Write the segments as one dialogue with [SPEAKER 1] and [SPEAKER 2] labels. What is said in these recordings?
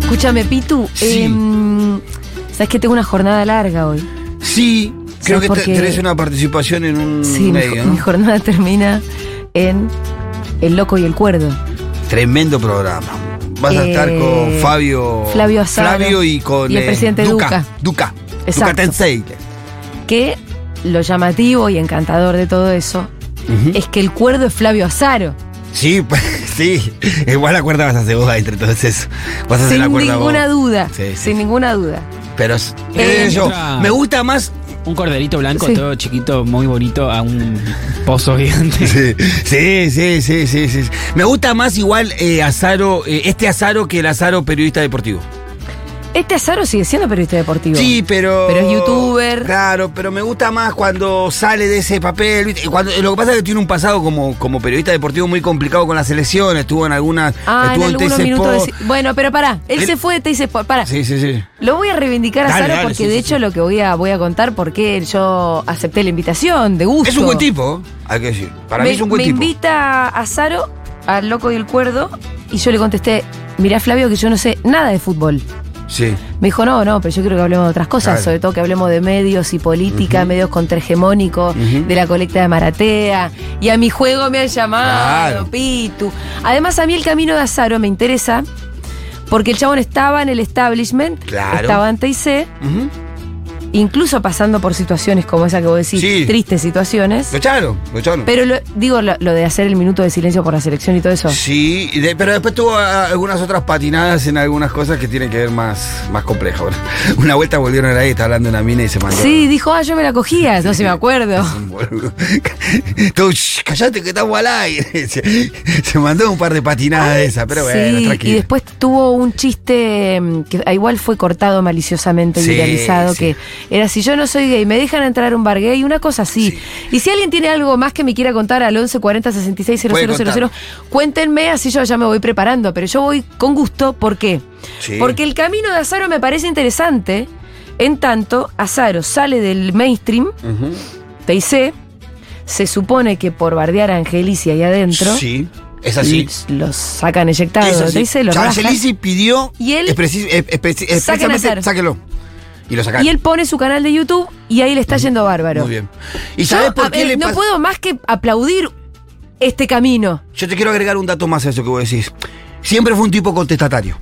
[SPEAKER 1] Escúchame, Pitu.
[SPEAKER 2] Sí.
[SPEAKER 1] em, Sabes que tengo una jornada larga hoy.
[SPEAKER 2] Sí, creo
[SPEAKER 1] Sí,
[SPEAKER 2] que te-
[SPEAKER 1] porque-
[SPEAKER 2] tenés una participación en un
[SPEAKER 1] Sí, mi,
[SPEAKER 2] Mm, medio,
[SPEAKER 1] mi
[SPEAKER 2] ¿no?
[SPEAKER 1] jornada termina en El Loco y el Cuerdo.
[SPEAKER 2] Tremendo programa. Vas a
[SPEAKER 1] Eh,
[SPEAKER 2] estar con Fabio.
[SPEAKER 1] Flavio Azaro.
[SPEAKER 2] Flavio y con. eh,
[SPEAKER 1] Y el presidente
[SPEAKER 2] Duca.
[SPEAKER 1] Duca.
[SPEAKER 2] Duca. Duca
[SPEAKER 1] Exacto.
[SPEAKER 2] Tensei.
[SPEAKER 1] Que lo llamativo y encantador de todo eso
[SPEAKER 2] Ujú.
[SPEAKER 1] es que el cuerdo es Flavio Azaro.
[SPEAKER 2] Sí, pues, sí. Igual la cuerda vas a hacer vos, entre entonces. Vas a hacer
[SPEAKER 1] Sin
[SPEAKER 2] la cuerda
[SPEAKER 1] ninguna
[SPEAKER 2] vos.
[SPEAKER 1] duda.
[SPEAKER 2] Sí, sí,
[SPEAKER 1] Sin
[SPEAKER 2] sí.
[SPEAKER 1] ninguna duda. Eh,
[SPEAKER 2] Pero es- es yo.
[SPEAKER 3] Entra.
[SPEAKER 2] Me gusta más.
[SPEAKER 3] Un corderito blanco,
[SPEAKER 1] Sí.
[SPEAKER 3] todo chiquito, muy bonito, a un pozo gigante.
[SPEAKER 2] Sí, sí, sí, sí, sí, sí. Me gusta más igual eh, Azaro, eh, este Azaro que el Azaro periodista deportivo.
[SPEAKER 1] Este Azaro sigue siendo periodista deportivo.
[SPEAKER 2] Sí, pero.
[SPEAKER 1] Pero es youtuber.
[SPEAKER 2] Claro, pero me gusta más cuando sale de ese papel. ¿viste? Cuando, lo que pasa es que tiene un pasado como, como periodista deportivo muy complicado con la selección. Estuvo en algunas.
[SPEAKER 1] Ah, en
[SPEAKER 2] estuvo
[SPEAKER 1] algunos
[SPEAKER 2] TC
[SPEAKER 1] minutos.
[SPEAKER 2] Sport.
[SPEAKER 1] de- Bueno, pero pará. Él
[SPEAKER 2] Él-
[SPEAKER 1] se fue de Teis Sport. Pará.
[SPEAKER 2] Sí, sí, sí.
[SPEAKER 1] Lo voy a reivindicar a
[SPEAKER 2] Dale,
[SPEAKER 1] Saro
[SPEAKER 2] dale,
[SPEAKER 1] porque
[SPEAKER 2] sí,
[SPEAKER 1] de
[SPEAKER 2] sí,
[SPEAKER 1] hecho
[SPEAKER 2] sí.
[SPEAKER 1] lo que voy a, voy a contar por qué yo acepté la invitación de gusto.
[SPEAKER 2] Es un buen tipo, hay que decir. Para
[SPEAKER 1] me,
[SPEAKER 2] mí es un buen
[SPEAKER 1] me
[SPEAKER 2] tipo.
[SPEAKER 1] invita a Saro, al loco y el cuerdo, y yo le contesté, mirá Flavio que yo no sé nada de fútbol.
[SPEAKER 2] Sí.
[SPEAKER 1] Me dijo, no, no, pero yo quiero que hablemos de otras cosas,
[SPEAKER 2] Claro.
[SPEAKER 1] sobre todo que hablemos de medios y política, medios contrahegemónicos,
[SPEAKER 2] Ujú.
[SPEAKER 1] de la colecta de Maratea, y a mi juego me han llamado,
[SPEAKER 2] Claro.
[SPEAKER 1] Pitu. Además, a mí el camino de Azaro me interesa, porque el chabón estaba en el establishment,
[SPEAKER 2] Claro.
[SPEAKER 1] estaba en TIC,
[SPEAKER 2] Ujú.
[SPEAKER 1] incluso pasando por situaciones como esa que vos decís,
[SPEAKER 2] Sí.
[SPEAKER 1] tristes situaciones.
[SPEAKER 2] Lo echaron, lo echaron.
[SPEAKER 1] Pero lo- digo, lo, lo de hacer el minuto de silencio por la selección y todo eso.
[SPEAKER 2] Sí, y de- pero después tuvo ah, algunas otras patinadas en algunas cosas que tienen que ver más, más complejas. bueno. Una vuelta volvieron a la está hablando una mina y se mandó.
[SPEAKER 1] Sí, dijo, ah, yo me la cogía, no se me acuerdo.
[SPEAKER 2] Es un boludo. Tú, "Shh, callate que estamos al aire. Se, se mandó un par de patinadas de esas, pero bueno,
[SPEAKER 1] sí,
[SPEAKER 2] tranquilo.
[SPEAKER 1] y después tuvo un chiste mm, que a igual fue cortado maliciosamente, y
[SPEAKER 2] Sí,
[SPEAKER 1] viralizado,
[SPEAKER 2] sí.
[SPEAKER 1] que era si yo no soy gay, me dejan entrar a un bar gay, una cosa así. Y si alguien tiene algo más que me quiera contar al 11 40 66
[SPEAKER 2] Puede
[SPEAKER 1] 0000,
[SPEAKER 2] contar.
[SPEAKER 1] cuéntenme, así yo ya me voy preparando, pero yo voy con gusto, ¿por qué?
[SPEAKER 2] Sí.
[SPEAKER 1] Porque el camino de Azaro me parece interesante, en tanto Azaro sale del mainstream,
[SPEAKER 2] Ujú.
[SPEAKER 1] TIC, se supone que por bardear a Angelicia ahí adentro,
[SPEAKER 2] Sí, es así.
[SPEAKER 1] los sacan eyectados
[SPEAKER 2] Es
[SPEAKER 1] de
[SPEAKER 2] así.
[SPEAKER 1] TIC, los
[SPEAKER 2] Charles
[SPEAKER 1] rajan.
[SPEAKER 2] Elisi pidió
[SPEAKER 1] Y él-
[SPEAKER 2] expresi- eh, expresi-
[SPEAKER 1] Saquen a
[SPEAKER 2] expresamente,
[SPEAKER 1] Sar.
[SPEAKER 2] sáquelo. Y lo sacaron.
[SPEAKER 1] Y él pone su canal de YouTube y ahí le está yendo bárbaro.
[SPEAKER 2] Muy bien. ¿Y
[SPEAKER 1] Yo,
[SPEAKER 2] sabes por
[SPEAKER 1] a
[SPEAKER 2] qué
[SPEAKER 1] ver,
[SPEAKER 2] le
[SPEAKER 1] no
[SPEAKER 2] pasa?
[SPEAKER 1] puedo más que aplaudir este camino
[SPEAKER 2] Yo te quiero agregar un dato más a eso que vos decís. Siempre fue un tipo contestatario.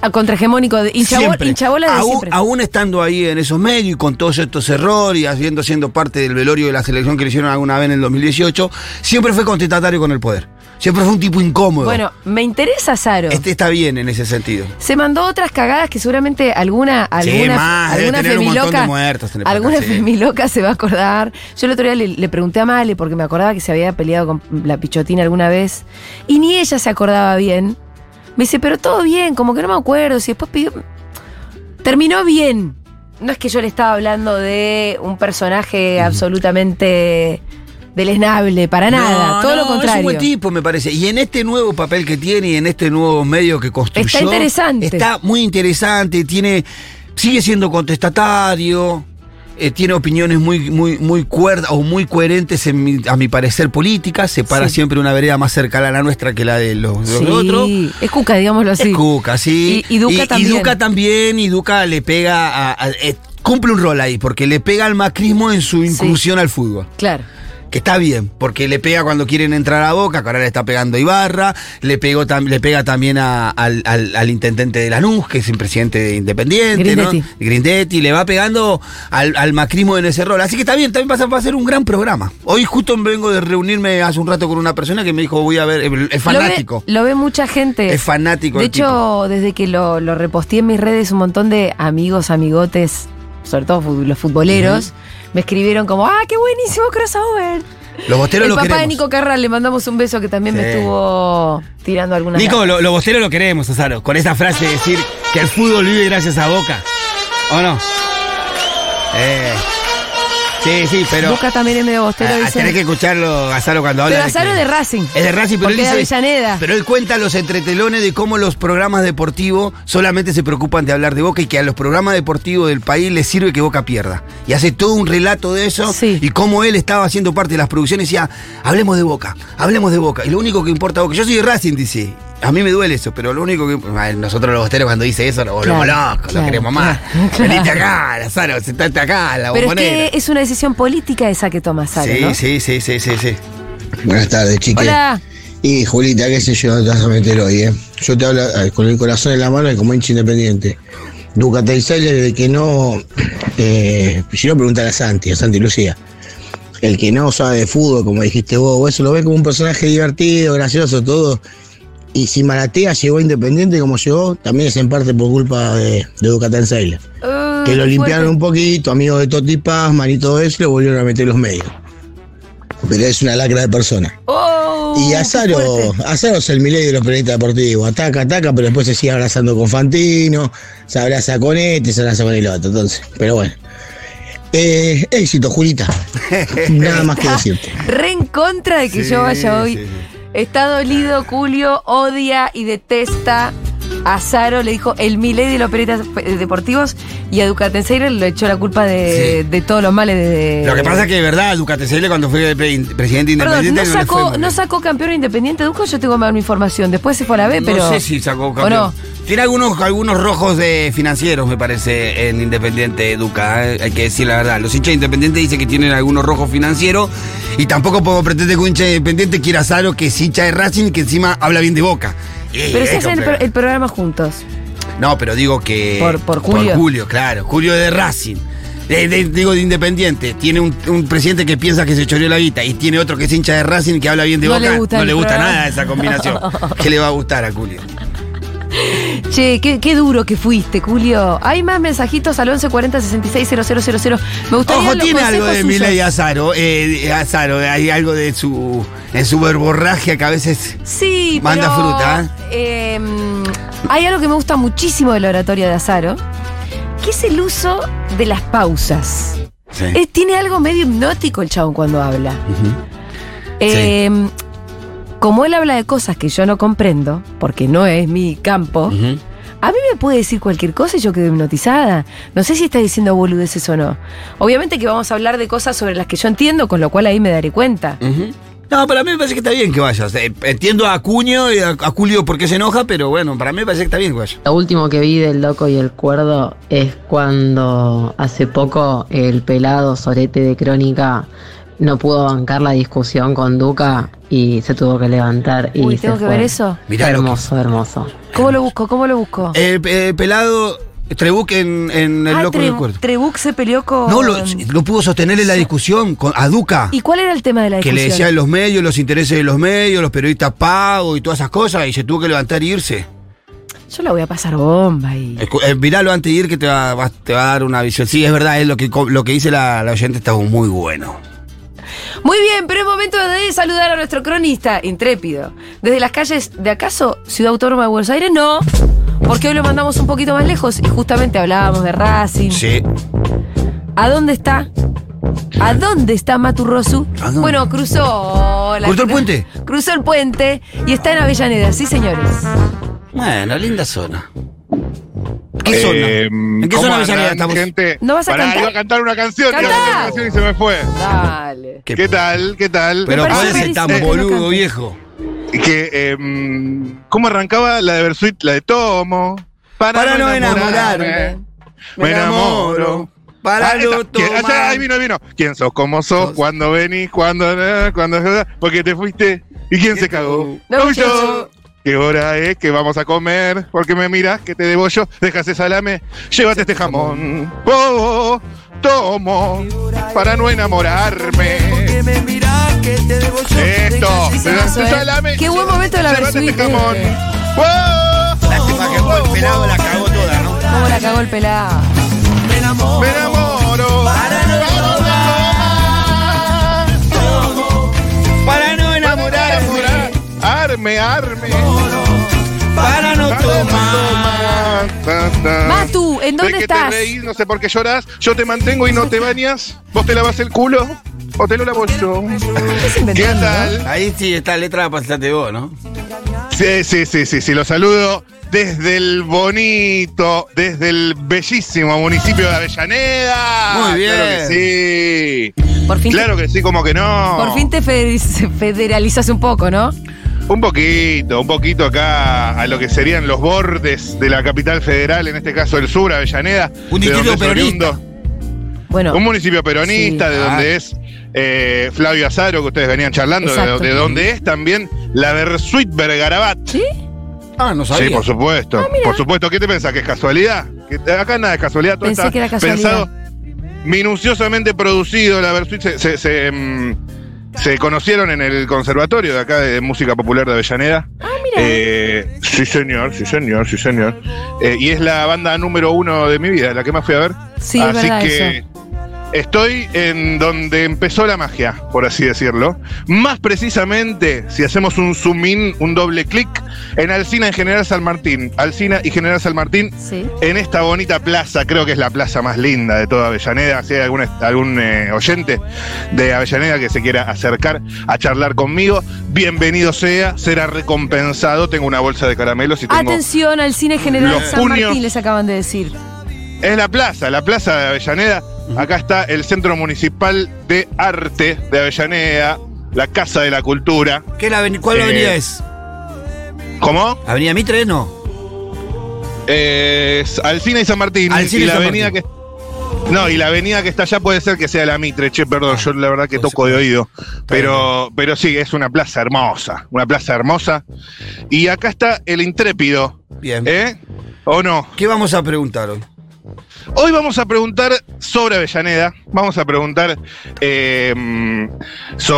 [SPEAKER 1] a contrahegemónico de hinchabola
[SPEAKER 2] Siempre.
[SPEAKER 1] de
[SPEAKER 2] aún,
[SPEAKER 1] siempre.
[SPEAKER 2] aún estando ahí en esos medios y con todos estos errores y haciendo, siendo parte del velorio de la selección que le hicieron alguna vez en el 2018, siempre fue contestatario con el poder. Siempre fue un tipo incómodo.
[SPEAKER 1] bueno, me interesa Saro.
[SPEAKER 2] Este está bien en ese sentido.
[SPEAKER 1] Se mandó otras cagadas que seguramente alguna
[SPEAKER 2] Sí,
[SPEAKER 1] alguna
[SPEAKER 2] más, debe
[SPEAKER 1] alguna
[SPEAKER 2] tener un montón de
[SPEAKER 1] femiloca
[SPEAKER 2] muertos en el
[SPEAKER 1] alguna
[SPEAKER 2] placar, sí.
[SPEAKER 1] femiloca se va a acordar. Yo el otro día le, le pregunté a Male porque me acordaba que se había peleado con la pichotina alguna vez y ni ella se acordaba bien. Me dice, "Pero todo bien, como que no me acuerdo." Si después pidió terminó bien. No es que yo le estaba hablando de un personaje absolutamente deleznable para nada,
[SPEAKER 2] No,
[SPEAKER 1] todo
[SPEAKER 2] no,
[SPEAKER 1] lo
[SPEAKER 2] Es un buen
[SPEAKER 1] contrario.
[SPEAKER 2] tipo, me parece. Y en este nuevo papel que tiene y en este nuevo medio que construyó.
[SPEAKER 1] Está interesante.
[SPEAKER 2] Está muy interesante, tiene. Sigue siendo contestatario. eh, tiene opiniones muy, muy, muy cuerdas o muy coherentes, en mi- a mi parecer, políticas. Separa
[SPEAKER 1] Sí.
[SPEAKER 2] siempre una vereda más cercana a la nuestra que la de los, de los
[SPEAKER 1] Sí,
[SPEAKER 2] otros.
[SPEAKER 1] es cuca, digámoslo así.
[SPEAKER 2] Es Cuca, sí.
[SPEAKER 1] Y- y Duca también.
[SPEAKER 2] Y Duca también, y Duca le pega a- a- eh, cumple un rol ahí, porque le pega al macrismo en su inclusión al fútbol.
[SPEAKER 1] Claro.
[SPEAKER 2] Que está bien, porque le pega cuando quieren entrar a Boca, que ahora le está pegando a Ibarra, le, pegó tam- le pega también a- al, al- al intendente de Lanús, que es el presidente de Independiente,
[SPEAKER 1] Grindetti.
[SPEAKER 2] ¿no? Grindetti, le va pegando al, al macrismo en ese rol. Así que está bien, también pasa- va a ser un gran programa. Hoy justo vengo de reunirme hace un rato con una persona que me dijo, voy a ver, el, el
[SPEAKER 1] Lo ve-
[SPEAKER 2] fanático.
[SPEAKER 1] Lo ve, mucha gente.
[SPEAKER 2] Es fanático
[SPEAKER 1] De
[SPEAKER 2] el
[SPEAKER 1] hecho, desde que lo, lo reposté en mis redes, un montón de amigos, amigotes, sobre todo fu- los futboleros, me escribieron como, ¡ah, qué buenísimo crossover!
[SPEAKER 2] Los bosteros
[SPEAKER 1] El
[SPEAKER 2] lo
[SPEAKER 1] papá de
[SPEAKER 2] queremos.
[SPEAKER 1] Nico Carral, le mandamos un beso que también me
[SPEAKER 2] Sí.
[SPEAKER 1] estuvo tirando algunas.
[SPEAKER 3] Nico, lo, lo vocero lo queremos, Azaro, con esa frase de decir que el fútbol vive gracias a Boca. ¿O no?
[SPEAKER 2] Eh, sí, sí, pero...
[SPEAKER 1] Busca también es medio bostero,
[SPEAKER 2] Ah,
[SPEAKER 1] dice.
[SPEAKER 2] tenés que escucharlo, Azaro, cuando habla.
[SPEAKER 1] Pero
[SPEAKER 2] de
[SPEAKER 1] Azaro
[SPEAKER 2] que-
[SPEAKER 1] es de Racing.
[SPEAKER 2] Es de Racing, pero
[SPEAKER 1] Porque
[SPEAKER 2] él
[SPEAKER 1] es de
[SPEAKER 2] dice-
[SPEAKER 1] Avellaneda.
[SPEAKER 2] Pero él cuenta los entretelones de cómo los programas deportivos solamente se preocupan de hablar de Boca y que a los programas deportivos del país les sirve que Boca pierda. Y hace todo un relato de eso
[SPEAKER 1] Sí.
[SPEAKER 2] y cómo él estaba haciendo parte de las producciones y decía, hablemos de Boca, hablemos de Boca. Y lo único que importa es Boca. Yo soy de Racing, dice.
[SPEAKER 4] A mí me duele eso, pero lo único que. Ay, Nosotros los bosteros cuando dice eso lo volvemos
[SPEAKER 1] Claro,
[SPEAKER 4] locos,
[SPEAKER 1] claro,
[SPEAKER 4] lo queremos más.
[SPEAKER 1] claro.
[SPEAKER 4] Venite acá, Lazaro, sentate acá, la
[SPEAKER 1] Pero es
[SPEAKER 4] bombonera.
[SPEAKER 1] que es una decisión política esa que toma Sara,
[SPEAKER 4] sí,
[SPEAKER 1] ¿no?
[SPEAKER 4] sí, sí, sí, sí, sí.
[SPEAKER 5] Buenas tardes, chiques.
[SPEAKER 1] Hola.
[SPEAKER 5] Y Julita, qué sé yo, te vas a meter hoy, ¿eh? Yo te hablo eh, con el corazón en la mano y como hincha independiente. Duca Teisel, el que no. Eh, si no, preguntar a Santi, a Santi Lucía. El que no sabe de fútbol, como dijiste vos, o eso lo ve como un personaje divertido, gracioso, todo. Y si Maratea llegó a Independiente como llegó, también es en parte por culpa de, de Duca Teisel.
[SPEAKER 1] Uh,
[SPEAKER 5] Que lo
[SPEAKER 1] qué
[SPEAKER 5] limpiaron
[SPEAKER 1] fuerte.
[SPEAKER 5] un poquito, amigos de Toti Paz, Manito eso, y lo volvieron a meter los medios. Pero es una lacra de persona.
[SPEAKER 1] Oh,
[SPEAKER 5] Y
[SPEAKER 1] qué
[SPEAKER 5] Azaro,
[SPEAKER 1] fuerte.
[SPEAKER 5] Azaro es el miley de los periodistas deportivos. Ataca, ataca, pero después se sigue abrazando con Fantino, se abraza con este, se abraza con el otro. Entonces, pero bueno. Eh, éxito, Julita. Nada más que decirte.
[SPEAKER 1] Re en contra de que
[SPEAKER 4] Sí,
[SPEAKER 1] yo vaya hoy.
[SPEAKER 4] sí, sí.
[SPEAKER 1] Está dolido, Julio odia y detesta a Saro, le dijo el Milei de los periodistas eh, deportivos y a Ducatenseiro le echó la culpa de, de todos los males de.
[SPEAKER 2] Lo que pasa es que de verdad, Ducatesele cuando fue pre- presidente
[SPEAKER 1] Eh. Perdón,
[SPEAKER 2] independiente
[SPEAKER 1] no
[SPEAKER 2] le fue
[SPEAKER 1] sacó,
[SPEAKER 2] muy
[SPEAKER 1] no
[SPEAKER 2] bien.
[SPEAKER 1] sacó campeón independiente Duco, yo tengo más información. Después se fue a la B, pero.
[SPEAKER 2] No sé si sacó
[SPEAKER 1] ¿O
[SPEAKER 2] campeón.
[SPEAKER 1] no?
[SPEAKER 2] Tiene algunos, algunos rojos de financieros, me parece, en Independiente Educa. Hay que decir la verdad. Los hinchas independientes dicen que tienen algunos rojos financieros. Y tampoco puedo pretender que un hincha independiente quiera a Saro, que es hincha de Racing y que encima habla bien de boca. Y
[SPEAKER 1] Pero
[SPEAKER 2] es
[SPEAKER 1] se hacen el,
[SPEAKER 2] complejo.
[SPEAKER 1] pro- el programa juntos.
[SPEAKER 2] No, pero digo que.
[SPEAKER 1] Por- por Julio.
[SPEAKER 2] claro. Julio de Racing. De- de- digo de Independiente. Tiene un, un presidente que piensa que se choreó la guita y tiene otro que es hincha de Racing y que habla bien de
[SPEAKER 1] No
[SPEAKER 2] boca.
[SPEAKER 1] le gusta
[SPEAKER 2] no
[SPEAKER 1] el
[SPEAKER 2] le gusta
[SPEAKER 1] programa.
[SPEAKER 2] nada esa combinación. ¿Qué le va a gustar a Julio?
[SPEAKER 1] Che, qué, qué duro que fuiste, Julio. Hay más mensajitos al 1140 000. Me gustaría
[SPEAKER 2] Ojo,
[SPEAKER 1] los
[SPEAKER 2] tiene algo
[SPEAKER 1] consejos
[SPEAKER 2] de
[SPEAKER 1] suyos.
[SPEAKER 2] Milei Azaro. Eh, eh, Azaro, hay algo de su, de su verborragia que a veces.
[SPEAKER 1] Sí,
[SPEAKER 2] Manda
[SPEAKER 1] pero,
[SPEAKER 2] fruta,
[SPEAKER 1] eh, hay algo que me gusta muchísimo de la oratoria de Azaro, que es el uso de las pausas. Eh, tiene algo medio hipnótico el chabón cuando habla. Eh, Como él habla de cosas que yo no comprendo, porque no es mi campo,
[SPEAKER 2] Ujú.
[SPEAKER 1] a mí me puede decir cualquier cosa y yo quedo hipnotizada. No sé si está diciendo boludeces o no. Obviamente que vamos a hablar de cosas sobre las que yo entiendo, con lo cual ahí me daré cuenta.
[SPEAKER 2] No, para mí me parece que está bien que vayas. Eh, entiendo a Cuño y a, a Julio porque se enoja, pero bueno, para mí me parece que está bien que vayas.
[SPEAKER 6] Lo último que vi del loco y el cuerdo es cuando hace poco el pelado sorete de crónica no pudo bancar la discusión con Duca y se tuvo que levantar y
[SPEAKER 1] Uy,
[SPEAKER 6] se
[SPEAKER 1] tengo que
[SPEAKER 6] fue.
[SPEAKER 1] ver eso.
[SPEAKER 2] Mirá lo que-
[SPEAKER 6] hermoso, hermoso.
[SPEAKER 1] ¿Cómo lo busco? ¿Cómo lo busco?
[SPEAKER 2] Eh, eh, pelado Trebuc en, en el
[SPEAKER 1] Ah,
[SPEAKER 2] loco
[SPEAKER 1] Tre-
[SPEAKER 2] del cuerpo.
[SPEAKER 1] Trebuch se peleó con.
[SPEAKER 2] No, lo, lo pudo sostener en la discusión con a Duca.
[SPEAKER 1] ¿Y cuál era el tema de la
[SPEAKER 2] Que
[SPEAKER 1] discusión?
[SPEAKER 2] le decía de los medios, los intereses de los medios, los periodistas pagos y todas esas cosas, y se tuvo que levantar e irse.
[SPEAKER 1] Yo la voy a pasar bomba y.
[SPEAKER 2] Escu- eh, Miralo antes de ir que te va, vas- te va a dar una visión. Sí, es verdad, es lo que, co- lo que dice la, la oyente está muy bueno.
[SPEAKER 1] Muy bien, pero es momento de saludar a nuestro cronista intrépido. Desde las calles de acaso Ciudad Autónoma de Buenos Aires, no. Porque hoy lo mandamos un poquito más lejos y justamente hablábamos de Racing.
[SPEAKER 2] Sí.
[SPEAKER 1] ¿A dónde está? ¿A dónde está Maturrosu?
[SPEAKER 2] ¿A dónde?
[SPEAKER 1] Bueno, cruzó la-
[SPEAKER 2] ¿Cruzó el puente?
[SPEAKER 1] Cruzó el puente y está en Avellaneda, sí, señores.
[SPEAKER 2] Bueno, linda zona. ¿Qué
[SPEAKER 7] Eh,
[SPEAKER 2] zona? ¿En qué
[SPEAKER 7] ¿cómo
[SPEAKER 2] zona
[SPEAKER 7] andan,
[SPEAKER 2] de Avellaneda estamos?
[SPEAKER 7] gente?
[SPEAKER 1] ¿No vas a
[SPEAKER 7] Pará,
[SPEAKER 1] cantar?
[SPEAKER 7] iba a cantar una canción, iba a cantar
[SPEAKER 1] ¡Cantá!
[SPEAKER 7] una canción y se me fue.
[SPEAKER 1] Dale.
[SPEAKER 7] ¿Qué tal? ¿Qué tal?
[SPEAKER 2] Pero
[SPEAKER 1] Me parece
[SPEAKER 2] puede ser tan
[SPEAKER 1] rarísimo que no
[SPEAKER 2] boludo,
[SPEAKER 1] cante.
[SPEAKER 2] viejo.
[SPEAKER 7] que, eh, ¿Cómo arrancaba la de Versuit, la de Tomo?
[SPEAKER 2] Para no enamorarme,
[SPEAKER 7] Eh, Me enamoro.
[SPEAKER 2] Para
[SPEAKER 7] Ah, esa,
[SPEAKER 2] no
[SPEAKER 7] que- ah, ya, ahí
[SPEAKER 2] tomar.
[SPEAKER 7] vino, ahí vino. ¿Quién sos? ¿Cómo sos?
[SPEAKER 2] Sos.
[SPEAKER 7] ¿Cuándo venís? ¿Cuándo? eh, ¿Cuándo? Porque te fuiste. ¿Y quién se cagó?
[SPEAKER 1] No,
[SPEAKER 7] Fui
[SPEAKER 1] yo.
[SPEAKER 7] ¿Qué hora es? ¿Qué vamos a comer? ¿Por qué me miras? ¿Qué te debo yo? Dejas ese salame. Llévate este jamón. Oh, tomo. Para no enamorarme. Esto. Dejas
[SPEAKER 1] Eso
[SPEAKER 7] ese
[SPEAKER 1] es.
[SPEAKER 7] salame.
[SPEAKER 1] Qué buen momento de la
[SPEAKER 7] Llévate este
[SPEAKER 1] Versuit,
[SPEAKER 7] jamón.
[SPEAKER 1] eh.
[SPEAKER 7] Oh,
[SPEAKER 2] Lástima que el pelado la cagó toda, ¿no?
[SPEAKER 1] ¿Cómo la cagó el pelado?
[SPEAKER 7] me enamoro. Para no enamorarme.
[SPEAKER 2] Para no enamorarme,
[SPEAKER 7] Arme, arme.
[SPEAKER 2] para no tomar.
[SPEAKER 7] Toma, ta, ta.
[SPEAKER 1] Matu, ¿en dónde
[SPEAKER 7] ¿De Ah. que
[SPEAKER 1] estás?
[SPEAKER 7] te reís? No sé por qué llorás. Yo te mantengo y no te bañas. ¿Vos te lavas el culo? ¿O te lo lavo yo?
[SPEAKER 1] ¿Qué se inventó?
[SPEAKER 7] ¿Qué tal?
[SPEAKER 2] Ahí sí, esta letra la pasaste vos, ¿no?
[SPEAKER 7] Sí, sí, sí, sí, sí. Lo saludo desde el bonito, desde el bellísimo municipio de Avellaneda.
[SPEAKER 2] Muy bien.
[SPEAKER 7] Claro que sí.
[SPEAKER 1] Por fin,
[SPEAKER 7] Claro que sí, como que no.
[SPEAKER 1] por fin te federis- federalizas un poco, ¿no?
[SPEAKER 7] Un poquito, un poquito acá a lo que serían los bordes de la capital federal, en este caso el sur, Avellaneda.
[SPEAKER 2] Un
[SPEAKER 7] de
[SPEAKER 2] distrito
[SPEAKER 7] donde es
[SPEAKER 2] peronista. Ah.
[SPEAKER 7] oriundo.
[SPEAKER 1] Bueno,
[SPEAKER 7] Un municipio peronista,
[SPEAKER 1] Sí.
[SPEAKER 7] de donde es eh, Flavio Azaro, que ustedes venían charlando, de,
[SPEAKER 1] Exacto.
[SPEAKER 7] de donde es también la Versuit Bergarabat.
[SPEAKER 1] ¿sí? Ah,
[SPEAKER 2] Ah, no sabía.
[SPEAKER 7] Sí, por supuesto. por supuesto, ¿qué te pensás? ¿Que es casualidad? Que te- acá nada es casualidad, todo
[SPEAKER 1] Pensé
[SPEAKER 7] está
[SPEAKER 1] que era casualidad.
[SPEAKER 7] pensado minuciosamente producido. La Versuit se, se- se, mm, se conocieron en el conservatorio de acá de Música Popular de Avellaneda.
[SPEAKER 1] Ah, mira.
[SPEAKER 7] Eh, sí, señor, sí, señor, sí, señor. Eh, y es la banda número uno de mi vida, la que más fui a ver.
[SPEAKER 1] sí, es
[SPEAKER 7] Así
[SPEAKER 1] verdad
[SPEAKER 7] que
[SPEAKER 1] eso.
[SPEAKER 7] estoy en donde empezó la magia, por así decirlo. Más precisamente, si hacemos un zoom in, un doble clic, en Alcina y General San Martín. Alcina y General San Martín.
[SPEAKER 1] Sí.
[SPEAKER 7] En esta bonita plaza, creo que es la plaza más linda de toda Avellaneda. Si hay algún, algún eh, oyente de Avellaneda que se quiera acercar a charlar conmigo, bienvenido sea, será recompensado. Tengo una bolsa de caramelos y tengo
[SPEAKER 1] Atención al cine general
[SPEAKER 7] Los
[SPEAKER 1] San
[SPEAKER 7] puños.
[SPEAKER 1] Martín, les acaban de decir.
[SPEAKER 7] Es la plaza, la plaza de Avellaneda. Acá está el Centro Municipal de Arte de Avellaneda, la Casa de la Cultura.
[SPEAKER 2] ¿Qué la aveni- ¿Cuál
[SPEAKER 7] Eh,
[SPEAKER 2] avenida es?
[SPEAKER 7] ¿Cómo?
[SPEAKER 2] ¿Avenida Mitre? No.
[SPEAKER 7] Eh, es Alcina y San Martín.
[SPEAKER 2] Alcina y
[SPEAKER 7] y la
[SPEAKER 2] San
[SPEAKER 7] avenida
[SPEAKER 2] Martín.
[SPEAKER 7] que. No, y la avenida que está allá puede ser que sea la Mitre, che, perdón, yo la verdad que
[SPEAKER 2] Ah, Puede
[SPEAKER 7] toco
[SPEAKER 2] ser.
[SPEAKER 7] de oído. Pero, pero sí, es una plaza hermosa, una plaza hermosa. Y acá está el intrépido,
[SPEAKER 2] Bien.
[SPEAKER 7] ¿eh? ¿O no?
[SPEAKER 2] ¿Qué vamos a preguntar hoy?
[SPEAKER 7] Hoy vamos a preguntar sobre Avellaneda, vamos a preguntar eh,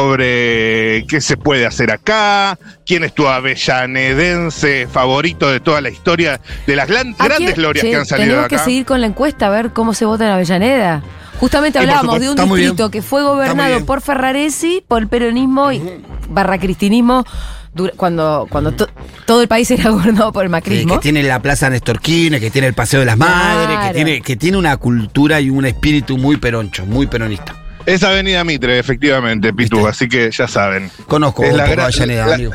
[SPEAKER 7] sobre qué se puede hacer acá, quién es tu avellanedense favorito de toda la historia, de las gran-
[SPEAKER 1] ¿A quién-
[SPEAKER 7] grandes glorias
[SPEAKER 1] Che,
[SPEAKER 7] que han salido de
[SPEAKER 1] Tenemos que
[SPEAKER 7] acá.
[SPEAKER 1] seguir con la encuesta a ver cómo se vota en Avellaneda. Justamente
[SPEAKER 7] Sí, por
[SPEAKER 1] hablábamos
[SPEAKER 7] supuesto,
[SPEAKER 1] de un
[SPEAKER 2] está muy
[SPEAKER 1] distrito que fue
[SPEAKER 2] muy
[SPEAKER 1] gobernado
[SPEAKER 2] bien.
[SPEAKER 1] por Ferraresi, por el peronismo y barra cristinismo, dura- cuando, cuando to- todo el país era gobernado por el
[SPEAKER 2] Que,
[SPEAKER 1] macrismo.
[SPEAKER 2] Eh, que tiene la Plaza Néstor Kirchner, que tiene el Paseo de las Madres,
[SPEAKER 1] Claro.
[SPEAKER 2] que tiene, que tiene una cultura y un espíritu muy peroncho, muy peronista.
[SPEAKER 7] Es Avenida Mitre, efectivamente, Pitu, así que ya saben.
[SPEAKER 2] Conozco
[SPEAKER 7] Es
[SPEAKER 2] un
[SPEAKER 7] la
[SPEAKER 2] poco
[SPEAKER 7] gran-
[SPEAKER 2] Avellaneda,
[SPEAKER 7] la-
[SPEAKER 2] amigo.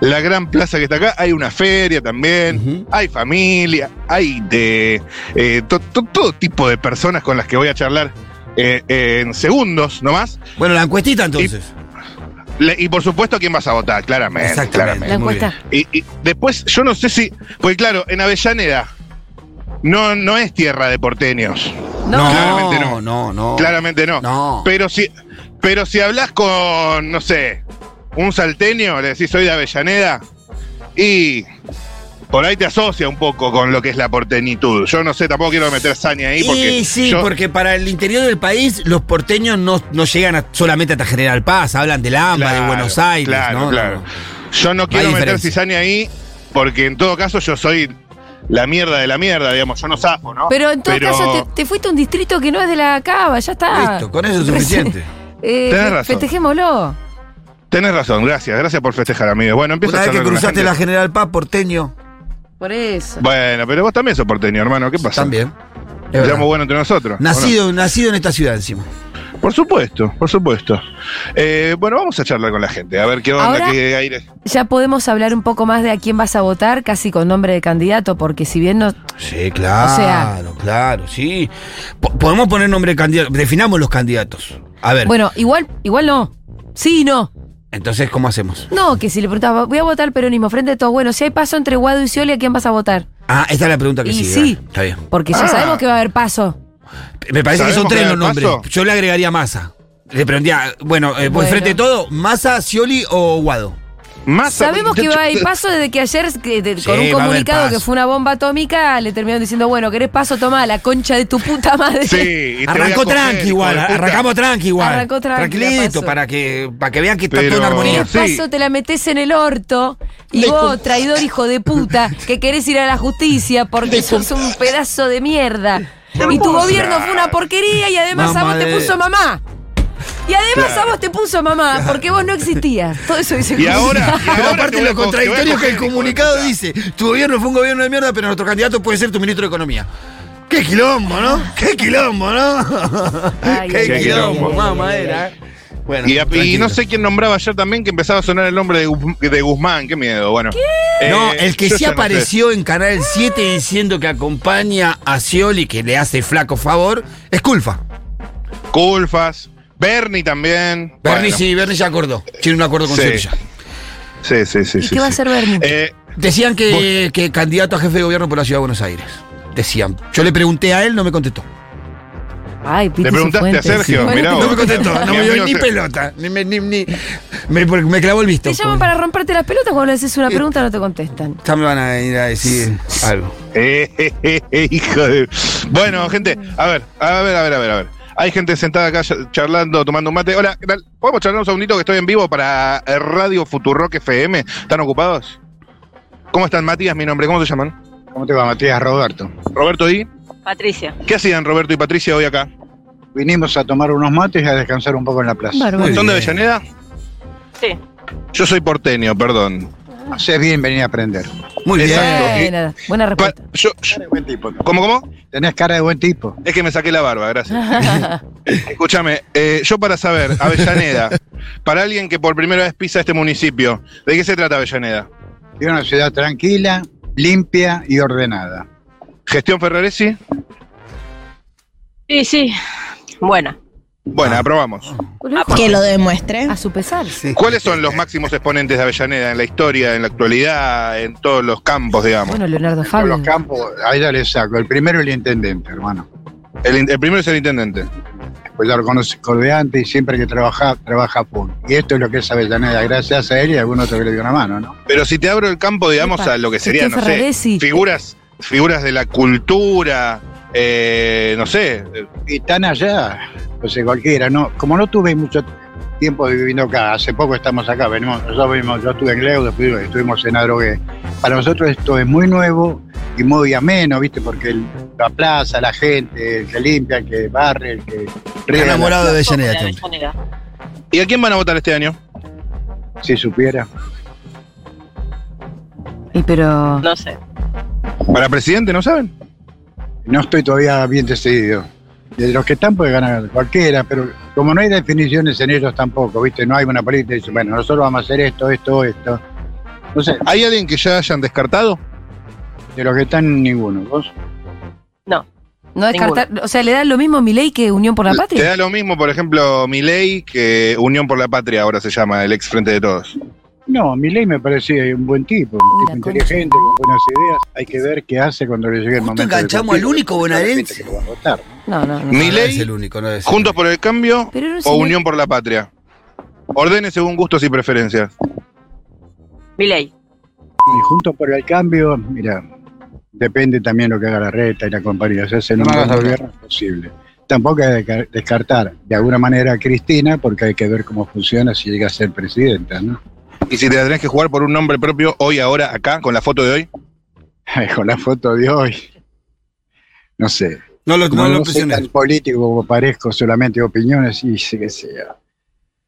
[SPEAKER 7] La gran plaza que está acá, hay una feria también, hay familia, hay de eh, to- to- todo tipo de personas con las que voy a charlar eh, en segundos nomás.
[SPEAKER 2] Bueno, la encuestita entonces.
[SPEAKER 7] Le- y por supuesto, ¿quién vas a votar? Claramente.
[SPEAKER 2] Exactamente.
[SPEAKER 1] La
[SPEAKER 7] claramente.
[SPEAKER 2] muy
[SPEAKER 1] encuesta.
[SPEAKER 7] Y, y después, yo no sé si. Pues claro, en Avellaneda no, no es tierra de porteños.
[SPEAKER 2] No,
[SPEAKER 7] claramente
[SPEAKER 2] no,
[SPEAKER 7] no.
[SPEAKER 2] no,
[SPEAKER 7] Claramente no.
[SPEAKER 2] No.
[SPEAKER 7] Pero si, pero si hablas con, no sé, un salteño, le decís soy de Avellaneda, y por ahí te asocia un poco con lo que es la porteñitud. Yo no sé, tampoco quiero meter saña ahí porque.
[SPEAKER 2] Y sí,
[SPEAKER 7] yo-
[SPEAKER 2] porque para el interior del país los porteños no, no llegan a- solamente hasta General Paz, hablan del AMBA, de
[SPEAKER 7] Claro,
[SPEAKER 2] Buenos Aires.
[SPEAKER 7] Claro,
[SPEAKER 2] ¿no? No,
[SPEAKER 7] claro.
[SPEAKER 2] no.
[SPEAKER 7] Yo no quiero meter
[SPEAKER 2] diferencia.
[SPEAKER 7] cizaña ahí, porque en todo caso yo soy la mierda de la mierda, digamos. Yo no zafo, ¿no?
[SPEAKER 1] Pero en todo
[SPEAKER 7] Pero-
[SPEAKER 1] caso, te, te fuiste a un distrito que no es de la Cava, ya está.
[SPEAKER 2] Listo, con eso es suficiente.
[SPEAKER 1] Eh,
[SPEAKER 7] Tenés
[SPEAKER 1] fe-
[SPEAKER 7] razón.
[SPEAKER 1] Festejémoslo.
[SPEAKER 7] Tenés razón, gracias, gracias por festejar, amigo. Bueno, empieza
[SPEAKER 2] Una
[SPEAKER 7] a
[SPEAKER 2] vez que
[SPEAKER 7] charlar con la
[SPEAKER 2] cruzaste
[SPEAKER 7] gente.
[SPEAKER 2] la General Paz, porteño.
[SPEAKER 1] Por eso.
[SPEAKER 7] Bueno, pero vos también sos porteño, hermano, ¿qué pasa?
[SPEAKER 2] También. es verdad.
[SPEAKER 7] Estamos bueno entre nosotros.
[SPEAKER 2] Nacido, nacido en esta ciudad encima.
[SPEAKER 7] ¿o no? Por supuesto, por supuesto. Eh, bueno, vamos a charlar con la gente, a ver qué onda,
[SPEAKER 1] Ahora-
[SPEAKER 7] qué aire.
[SPEAKER 1] Ya podemos hablar un poco más de a quién vas a votar, casi con nombre de candidato, porque si bien no.
[SPEAKER 2] Sí, claro,
[SPEAKER 1] O sea-
[SPEAKER 2] claro, sí. Po- podemos poner nombre de candidato, definamos los candidatos. A ver,
[SPEAKER 1] Bueno, igual, igual no. Sí y no.
[SPEAKER 2] entonces, ¿cómo hacemos?
[SPEAKER 1] No, que si le preguntaba, voy a votar peronismo, frente a todo, bueno, si hay paso entre Guado y Scioli, ¿a quién vas a votar?
[SPEAKER 2] Ah, esta es la pregunta que
[SPEAKER 1] Y
[SPEAKER 2] sigue,
[SPEAKER 1] sí.
[SPEAKER 2] dale, Está bien.
[SPEAKER 1] Porque ya
[SPEAKER 7] Ah.
[SPEAKER 1] sabemos que va a haber paso.
[SPEAKER 2] Me parece que
[SPEAKER 7] ¿Sabemos
[SPEAKER 2] son tres
[SPEAKER 7] cuál es
[SPEAKER 2] los
[SPEAKER 7] el
[SPEAKER 2] nombres.
[SPEAKER 7] paso?
[SPEAKER 2] Yo le agregaría Massa. Le preguntaría, bueno, eh, pues
[SPEAKER 1] Bueno.
[SPEAKER 2] frente a todo, Massa, Scioli o Guado. Ah,
[SPEAKER 7] Más
[SPEAKER 1] Sabemos que va a haber paso desde que ayer, que de- con un
[SPEAKER 2] va a haber
[SPEAKER 1] comunicado
[SPEAKER 2] paso.
[SPEAKER 1] que fue una bomba atómica, le terminaron diciendo, bueno, querés paso, toma la concha de tu puta madre.
[SPEAKER 7] Sí, y te voy a
[SPEAKER 2] Arrancó
[SPEAKER 7] coger,
[SPEAKER 2] tranqui
[SPEAKER 7] hijo
[SPEAKER 2] igual,
[SPEAKER 7] de puta.
[SPEAKER 2] arrancamos tranqui igual.
[SPEAKER 1] Arrancó tranqui, la
[SPEAKER 2] Tranquilito,
[SPEAKER 1] paso.
[SPEAKER 2] para que, para que vean que está
[SPEAKER 7] Pero-
[SPEAKER 2] todo en
[SPEAKER 1] Querés
[SPEAKER 2] armonía.
[SPEAKER 7] Sí.
[SPEAKER 1] paso, te la metés en el orto. Y vos, traidor hijo de puta, que querés ir a la justicia porque sos un pedazo de mierda. Y tu gobierno fue una porquería y además a
[SPEAKER 2] Mamá
[SPEAKER 1] vos te
[SPEAKER 2] de-
[SPEAKER 1] puso mamá. Y además a vos te puso mamá porque vos no existías. Todo eso dice
[SPEAKER 7] Y ahora, y
[SPEAKER 2] Pero
[SPEAKER 7] ahora
[SPEAKER 2] aparte
[SPEAKER 7] te voy a
[SPEAKER 2] lo
[SPEAKER 7] co- te voy a
[SPEAKER 2] contradictorio es que
[SPEAKER 7] coger,
[SPEAKER 2] el
[SPEAKER 7] hijo de
[SPEAKER 2] comunicado
[SPEAKER 7] puta.
[SPEAKER 2] dice, tu gobierno fue un gobierno de mierda, pero nuestro candidato puede ser tu ministro de Economía. Qué quilombo, ¿no? Qué quilombo, ¿no?
[SPEAKER 1] Ay,
[SPEAKER 2] Qué
[SPEAKER 1] ay, ay,
[SPEAKER 2] quilombo,
[SPEAKER 7] ay,
[SPEAKER 2] mamá era. Bueno,
[SPEAKER 7] Y, a- y
[SPEAKER 2] tranquilo.
[SPEAKER 7] no sé quién nombraba ayer también que empezaba a sonar el nombre de, Guz- de Guzmán, qué miedo, bueno. Eh,
[SPEAKER 2] No, el que
[SPEAKER 7] yo
[SPEAKER 2] sí
[SPEAKER 7] ya no sé.
[SPEAKER 2] apareció en Canal 7 diciendo que acompaña a Scioli, que le hace flaco favor, es Culfa.
[SPEAKER 7] Culfas, Bernie también.
[SPEAKER 2] Bernie
[SPEAKER 7] Bueno,
[SPEAKER 2] sí, Bernie ya acordó. Tiene un acuerdo con
[SPEAKER 7] Sí.
[SPEAKER 2] Sevilla.
[SPEAKER 7] Sí, sí, sí.
[SPEAKER 1] ¿Y
[SPEAKER 7] sí,
[SPEAKER 1] qué va a
[SPEAKER 7] sí.
[SPEAKER 1] hacer Bernie?
[SPEAKER 7] Eh,
[SPEAKER 2] Decían que, que candidato a jefe de gobierno por la ciudad de Buenos Aires. Decían. Yo le pregunté a él, no me contestó.
[SPEAKER 1] Ay, Piti
[SPEAKER 7] le preguntaste a
[SPEAKER 1] Cifuentes.
[SPEAKER 7] Sergio,
[SPEAKER 1] Bueno,
[SPEAKER 7] mirá
[SPEAKER 2] No
[SPEAKER 7] vos.
[SPEAKER 2] me contestó, no me dio ni
[SPEAKER 7] Te-
[SPEAKER 2] pelota. Ni, me- ni- ni- me, me clavó el visto.
[SPEAKER 1] Te llaman para romperte las pelotas cuando le haces
[SPEAKER 2] Eh.
[SPEAKER 1] una pregunta no te contestan.
[SPEAKER 2] Ya me van a venir a decir algo.
[SPEAKER 7] Eh, eh, eh, eh, hijo de... Bueno, gente, a ver, a ver, a ver, a ver, a ver. Hay gente sentada acá ya- charlando, tomando un mate. Hola, ¿qué tal? ¿Podemos charlar un segundito que estoy en vivo para eh, Radio Futurock FM? ¿Están ocupados? ¿Cómo están, Matías? Mi nombre, ¿cómo se llaman?
[SPEAKER 8] ¿Cómo te va, Matías Roberto?
[SPEAKER 7] Roberto y...
[SPEAKER 6] Patricia.
[SPEAKER 7] ¿Qué hacían Roberto y Patricia hoy acá?
[SPEAKER 8] Vinimos a tomar unos mates y a descansar un poco en la plaza.
[SPEAKER 1] Bárbaro.
[SPEAKER 7] ¿Son de
[SPEAKER 2] bien.
[SPEAKER 7] Avellaneda?
[SPEAKER 6] Sí.
[SPEAKER 7] Yo soy porteño, perdón.
[SPEAKER 8] Haces bien venir a aprender.
[SPEAKER 2] Muy bien.
[SPEAKER 7] Exacto.
[SPEAKER 1] Buena, buena
[SPEAKER 7] Pa-
[SPEAKER 1] respuesta.
[SPEAKER 7] yo-
[SPEAKER 8] Cara de buen tipo.
[SPEAKER 7] ¿Cómo, cómo?
[SPEAKER 8] Tenés cara de buen tipo.
[SPEAKER 7] Es que me saqué la barba, gracias. Escúchame, eh, yo para saber, Avellaneda, para alguien que por primera vez pisa este municipio, ¿de qué se trata Avellaneda?
[SPEAKER 8] Y una ciudad tranquila, limpia y ordenada.
[SPEAKER 7] ¿Gestión Ferraresi?
[SPEAKER 6] Sí, sí. Buena.
[SPEAKER 7] Bueno, aprobamos.
[SPEAKER 9] Que lo demuestre.
[SPEAKER 1] A su pesar.
[SPEAKER 7] ¿Cuáles son los máximos exponentes de Avellaneda en la historia, en la actualidad, en todos los campos, digamos?
[SPEAKER 1] Bueno, Leonardo
[SPEAKER 8] Por
[SPEAKER 1] Fabio.
[SPEAKER 8] los campos, ahí ya le saco. El primero el intendente, hermano.
[SPEAKER 7] El, in- el primero es el intendente.
[SPEAKER 8] Pues ya lo conozco de antes y siempre que trabaja, trabaja full. Y esto es lo que es Avellaneda, gracias a él y a algún otro que le dio una mano, ¿no?
[SPEAKER 7] Pero si te abro el campo, digamos,
[SPEAKER 1] Epa,
[SPEAKER 7] a lo que sería,
[SPEAKER 1] Gestión
[SPEAKER 7] no sé,
[SPEAKER 1] Ferraresi.
[SPEAKER 7] figuras, figuras de la cultura, eh, no sé, eh,
[SPEAKER 8] Y tan allá, o sea, cualquiera, ¿no? Como no tuve mucho tiempo de viviendo acá, hace poco estamos acá, venimos, nosotros venimos, yo estuve en Gleu, después estuvimos en Adrogué. Para nosotros esto es muy nuevo y muy ameno, ¿viste? Porque el- la plaza, la gente, el que limpia, el que barre, el que riega, la-
[SPEAKER 2] enamorado de Avellaneda.
[SPEAKER 6] Pobre
[SPEAKER 2] este hombre.
[SPEAKER 6] Avellaneda.
[SPEAKER 7] ¿Y a quién van a votar este año?
[SPEAKER 8] si supiera.
[SPEAKER 1] Y pero.
[SPEAKER 6] No sé.
[SPEAKER 7] ¿Para presidente, no saben?
[SPEAKER 8] No estoy todavía bien decidido. De los que están puede ganar cualquiera, pero como no hay definiciones en ellos tampoco, ¿viste? No hay una política que dice, bueno, nosotros vamos a hacer esto, esto, esto. No sé,
[SPEAKER 7] ¿Hay alguien que ya hayan descartado?
[SPEAKER 8] de los que están ninguno. ¿Vos?
[SPEAKER 1] No descartar. O sea, le da lo mismo Milei que Unión por la
[SPEAKER 7] Te
[SPEAKER 1] Patria.
[SPEAKER 7] da lo mismo, por ejemplo, Milei que Unión por la Patria ahora se llama, el ex Frente de Todos.
[SPEAKER 8] No, Milei me parecía un buen tipo, un
[SPEAKER 1] la
[SPEAKER 8] tipo inteligente, con buenas ideas. Hay que ver qué hace cuando le llegue el
[SPEAKER 2] Justo
[SPEAKER 8] momento. de
[SPEAKER 2] enganchamos
[SPEAKER 8] votar.
[SPEAKER 2] al único bonaerense.
[SPEAKER 8] Que lo va a votar.
[SPEAKER 1] No, no, no.
[SPEAKER 2] No
[SPEAKER 7] Milei,
[SPEAKER 2] es el único, no es el
[SPEAKER 7] Juntos por el Cambio
[SPEAKER 1] Pero era un
[SPEAKER 7] o
[SPEAKER 1] señor-
[SPEAKER 7] Unión por la Patria. Ordene según gustos y preferencias.
[SPEAKER 6] Miley.
[SPEAKER 8] Y juntos por el cambio, mira, depende también lo que haga la reta y la compañía. Se hace el
[SPEAKER 3] No me
[SPEAKER 8] mejor
[SPEAKER 3] hagas hablar.
[SPEAKER 8] gobierno posible. Tampoco hay que descartar de alguna manera a Cristina porque hay que ver cómo funciona si llega a ser presidenta, ¿no?
[SPEAKER 7] Y si te la tenés que jugar por un nombre propio hoy, ahora, acá, con la foto de hoy.
[SPEAKER 8] Con la foto de hoy. No sé.
[SPEAKER 2] No lo,
[SPEAKER 8] Como
[SPEAKER 2] no lo
[SPEAKER 8] no soy tan
[SPEAKER 2] presioné.
[SPEAKER 8] político como parezco solamente de opiniones y sé que sea.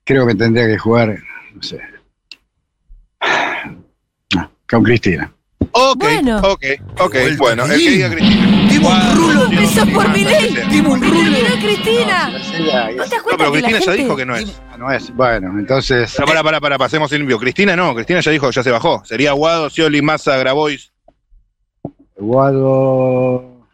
[SPEAKER 8] Creo que tendría que jugar, no sé. Ah, Con Cristina.
[SPEAKER 7] Ok,
[SPEAKER 1] Bueno.
[SPEAKER 7] ok, ok.
[SPEAKER 2] Vuelta.
[SPEAKER 7] Bueno, el que diga Cristina.
[SPEAKER 2] Dimos un
[SPEAKER 7] Juan,
[SPEAKER 2] rulo.
[SPEAKER 7] Dios,
[SPEAKER 1] Empezó por
[SPEAKER 7] Juan,
[SPEAKER 1] Milei.
[SPEAKER 7] Cristina.
[SPEAKER 2] Dimos un rulo.
[SPEAKER 1] Pero Cristina! ¿No te das cuenta
[SPEAKER 7] No, pero
[SPEAKER 1] que la
[SPEAKER 7] Cristina ya
[SPEAKER 1] gente-
[SPEAKER 7] dijo que no es.
[SPEAKER 8] Ah, No es, bueno, entonces.
[SPEAKER 7] Para, para, para, pasemos limpio. Cristina no, Cristina ya dijo, ya se bajó. Sería Guado, Scioli, Massa, Grabois.
[SPEAKER 8] Guado,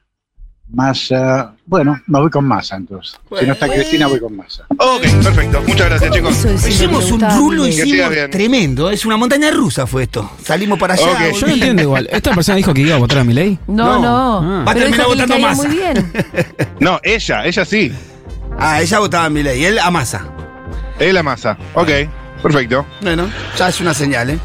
[SPEAKER 8] Massa. Bueno, me voy con Massa entonces. Si no está Cristina, voy con Massa.
[SPEAKER 7] Ok, perfecto. Muchas gracias, chicos.
[SPEAKER 1] Eso decía,
[SPEAKER 2] Hicimos
[SPEAKER 1] me
[SPEAKER 2] un
[SPEAKER 1] gustaba
[SPEAKER 2] rulo,
[SPEAKER 1] Milei.
[SPEAKER 7] Que siga
[SPEAKER 2] hicimos
[SPEAKER 7] bien.
[SPEAKER 2] tremendo. Es una montaña rusa fue esto. Salimos para allá.
[SPEAKER 7] Ok.
[SPEAKER 2] volvimos.
[SPEAKER 10] Yo no entiendo igual. Esta persona dijo que iba a votar a mi ley.
[SPEAKER 1] No, no.
[SPEAKER 10] No. Ah.
[SPEAKER 2] Va a
[SPEAKER 1] Pero dijo
[SPEAKER 2] terminar
[SPEAKER 1] que le
[SPEAKER 2] votando
[SPEAKER 1] caía
[SPEAKER 2] Massa.
[SPEAKER 1] muy bien.
[SPEAKER 7] No, ella, ella sí.
[SPEAKER 2] Ah, ella votaba a mi ley. Él amasa.
[SPEAKER 7] Es la masa. Ok, perfecto.
[SPEAKER 2] Bueno, ya es una señal, ¿eh?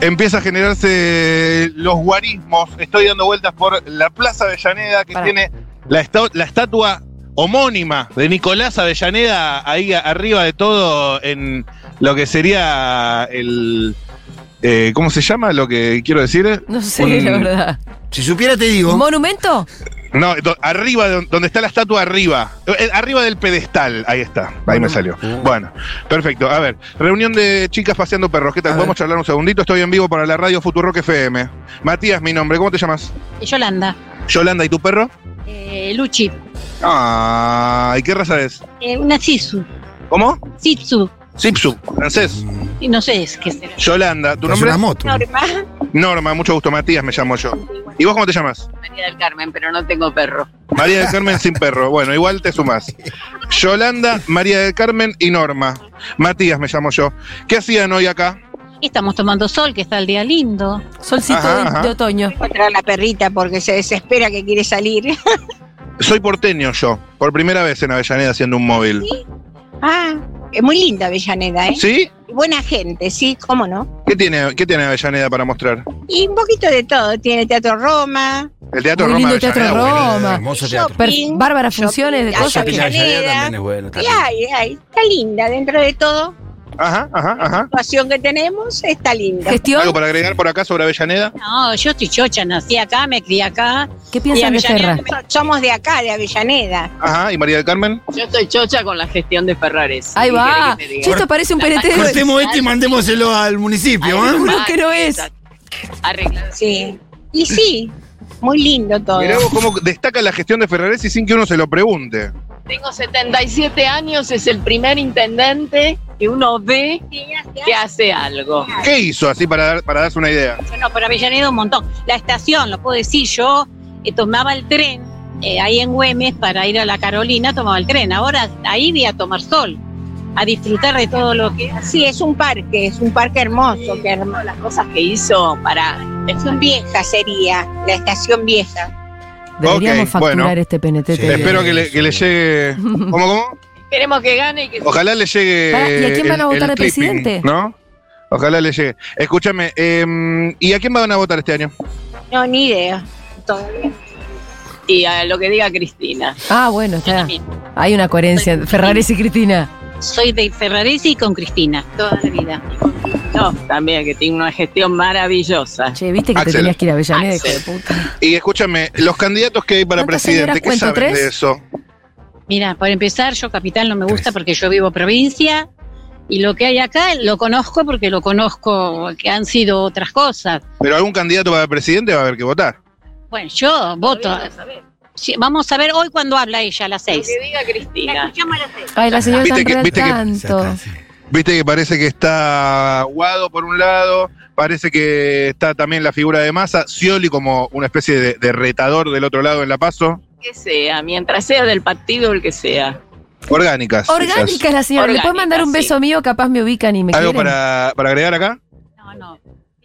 [SPEAKER 7] Empieza a generarse los guarismos. Estoy dando vueltas por la Plaza Avellaneda que
[SPEAKER 1] Pará.
[SPEAKER 7] tiene la, esta- la estatua homónima de Nicolás Avellaneda ahí a- arriba de todo en lo que sería el... eh, ¿Cómo se llama lo que quiero decir?
[SPEAKER 1] No sé,
[SPEAKER 7] Un-
[SPEAKER 1] la verdad.
[SPEAKER 2] Si supiera, te digo.
[SPEAKER 1] ¿Monumento?
[SPEAKER 7] No, do- arriba, de don- donde está la estatua arriba. Eh, Arriba del pedestal. Ahí está. Ahí me salió.
[SPEAKER 2] Mm.
[SPEAKER 7] Bueno, perfecto. A ver, reunión de chicas paseando perros. ¿Qué tal?
[SPEAKER 2] A
[SPEAKER 7] ¿Podemos charlar un segundito? Estoy en vivo para la radio Futurock FM. Matías, mi nombre. ¿Cómo te llamas?
[SPEAKER 6] Yolanda.
[SPEAKER 7] Yolanda, ¿y tu perro?
[SPEAKER 9] Eh,
[SPEAKER 6] Luchi.
[SPEAKER 7] Ah, ¿y qué raza es?
[SPEAKER 6] una Sisu.
[SPEAKER 7] ¿Cómo?
[SPEAKER 6] Sitsu.
[SPEAKER 7] Zipsu, francés.
[SPEAKER 6] Y no sé qué será.
[SPEAKER 7] Yolanda, ¿tu
[SPEAKER 2] Pero es
[SPEAKER 7] nombre?
[SPEAKER 2] una moto.
[SPEAKER 7] Norma, mucho gusto. Matías me llamo yo. ¿Y vos cómo te llamas?
[SPEAKER 6] María del Carmen, pero no tengo perro.
[SPEAKER 7] María del Carmen sin perro. Bueno, igual te sumás. Yolanda, María del Carmen y Norma. Matías me llamo yo. ¿Qué hacían hoy acá?
[SPEAKER 6] Estamos tomando sol, que está el día lindo.
[SPEAKER 1] Solcito
[SPEAKER 7] Ajá,
[SPEAKER 1] de,
[SPEAKER 7] ajá.
[SPEAKER 1] de otoño.
[SPEAKER 9] Encontrar la perrita porque se desespera que quiere salir.
[SPEAKER 7] Soy porteño yo, por primera vez en Avellaneda haciendo un móvil.
[SPEAKER 9] Ah, es muy linda Avellaneda, ¿eh?
[SPEAKER 7] ¿Sí?
[SPEAKER 9] Y Buena gente, sí, cómo no.
[SPEAKER 7] ¿Qué tiene, qué tiene Avellaneda para mostrar?
[SPEAKER 9] Y un poquito de todo. Tiene Teatro Roma,
[SPEAKER 7] El Teatro
[SPEAKER 1] Muy
[SPEAKER 7] Roma
[SPEAKER 1] lindo
[SPEAKER 7] de
[SPEAKER 1] Teatro
[SPEAKER 7] Avellaneda,
[SPEAKER 1] Roma.
[SPEAKER 7] bueno.
[SPEAKER 1] Toma.
[SPEAKER 3] Hermoso teatro.
[SPEAKER 1] Per-
[SPEAKER 9] Shopping.
[SPEAKER 1] bárbaras funciones de
[SPEAKER 9] Shopping,
[SPEAKER 1] cosas.
[SPEAKER 9] shopping.
[SPEAKER 3] Shopping
[SPEAKER 9] Avellaneda.
[SPEAKER 3] también es bueno. está
[SPEAKER 9] Y
[SPEAKER 3] bien.
[SPEAKER 9] ay, ay, está linda dentro de todo.
[SPEAKER 7] Ajá, ajá, ajá.
[SPEAKER 9] La situación que tenemos está linda.
[SPEAKER 1] Gestión.
[SPEAKER 7] ¿Algo para agregar por acá sobre Avellaneda?
[SPEAKER 6] No, yo estoy chocha, nací acá, me crié acá.
[SPEAKER 1] ¿Qué piensan de
[SPEAKER 6] Avellaneda
[SPEAKER 1] Ferra?
[SPEAKER 9] Somos de acá, de Avellaneda.
[SPEAKER 7] Ajá, ¿y María del Carmen?
[SPEAKER 11] Yo estoy chocha con la gestión de Ferrares.
[SPEAKER 1] Ahí
[SPEAKER 11] ¿Qué
[SPEAKER 1] va.
[SPEAKER 11] querés que te diga?
[SPEAKER 1] Che, esto parece un PNT de.
[SPEAKER 3] Cortemos este y mandémoselo al
[SPEAKER 11] Ahí
[SPEAKER 3] municipio, ¿eh?
[SPEAKER 1] Seguro
[SPEAKER 11] va,
[SPEAKER 1] que no es.
[SPEAKER 11] Arreglado.
[SPEAKER 9] Sí. Y sí, muy lindo todo.
[SPEAKER 7] Mirá vos cómo destaca la gestión de Ferraresi sin que uno se lo pregunte.
[SPEAKER 11] Tengo 77 años, es el primer intendente que uno ve que hace algo.
[SPEAKER 7] ¿Qué hizo así para, dar- para darse una idea?
[SPEAKER 6] Bueno, para Avellaneda un montón. La estación, lo puedo decir, yo eh, tomaba el tren eh, ahí en Güemes para ir a la Carolina, tomaba el tren. Ahora ahí voy a tomar sol, a disfrutar de todo lo que
[SPEAKER 9] Sí, es un parque, es un parque hermoso, que hermoso.
[SPEAKER 11] las cosas que hizo para
[SPEAKER 9] Estación vieja sería, la estación vieja.
[SPEAKER 1] Deberíamos
[SPEAKER 7] Ok,
[SPEAKER 1] facturar
[SPEAKER 7] bueno.
[SPEAKER 1] este PNT.
[SPEAKER 3] Sí.
[SPEAKER 1] también.
[SPEAKER 7] Espero que le, que le llegue. ¿Cómo, cómo?
[SPEAKER 11] queremos que gane y que
[SPEAKER 7] Ojalá le llegue.
[SPEAKER 1] Pará, ¿y a quién van a
[SPEAKER 7] el-
[SPEAKER 1] votar de
[SPEAKER 7] el clipping,
[SPEAKER 1] presidente?
[SPEAKER 7] ¿No? Ojalá le llegue. Escúchame, eh, ¿y a quién van a votar este año?
[SPEAKER 9] No, ni idea. Todavía.
[SPEAKER 11] y a lo que diga Cristina.
[SPEAKER 1] Ah, bueno,
[SPEAKER 6] yo
[SPEAKER 1] está.
[SPEAKER 6] también.
[SPEAKER 1] Hay una coherencia. Ferrares y Cristina.
[SPEAKER 6] Soy de Ferraresi y con Cristina, toda la vida.
[SPEAKER 11] No, también que tiene una gestión maravillosa.
[SPEAKER 1] Che, viste que
[SPEAKER 7] Axel.
[SPEAKER 1] te tenías que ir a Avellaneda, Eh, hijo
[SPEAKER 11] Axel.
[SPEAKER 1] de puta.
[SPEAKER 7] Y escúchame, los candidatos que hay para
[SPEAKER 1] ¿Cuántas señoras
[SPEAKER 7] presidente, ¿qué
[SPEAKER 1] cuento?
[SPEAKER 7] saben
[SPEAKER 1] ¿Tres?
[SPEAKER 7] de eso?
[SPEAKER 6] Mira, para empezar, yo capital no me gusta porque yo vivo provincia y lo que hay acá lo conozco porque lo conozco, que han sido otras cosas.
[SPEAKER 7] Pero algún candidato para presidente va a haber que votar.
[SPEAKER 6] Bueno, yo voto. Sí, vamos a ver hoy cuando habla ella a las
[SPEAKER 11] Lo
[SPEAKER 6] seis.
[SPEAKER 11] que diga Cristina.
[SPEAKER 1] Ay, la señora
[SPEAKER 7] Viste que-
[SPEAKER 1] está
[SPEAKER 7] viste que-
[SPEAKER 1] tanto.
[SPEAKER 7] Viste que parece que está Guado por un lado, parece que está también la figura de Massa, Scioli como una especie de, de retador del otro lado en La Paso.
[SPEAKER 11] Que sea, mientras sea del partido el que sea.
[SPEAKER 7] Orgánicas. esas.
[SPEAKER 1] Orgánica es la señora. ¿Le puedes
[SPEAKER 11] Orgánica,
[SPEAKER 1] mandar un beso
[SPEAKER 11] sí.
[SPEAKER 1] mío? Capaz me ubican y me
[SPEAKER 7] ¿Algo
[SPEAKER 1] quieren.
[SPEAKER 7] para, para agregar acá?
[SPEAKER 6] No, no.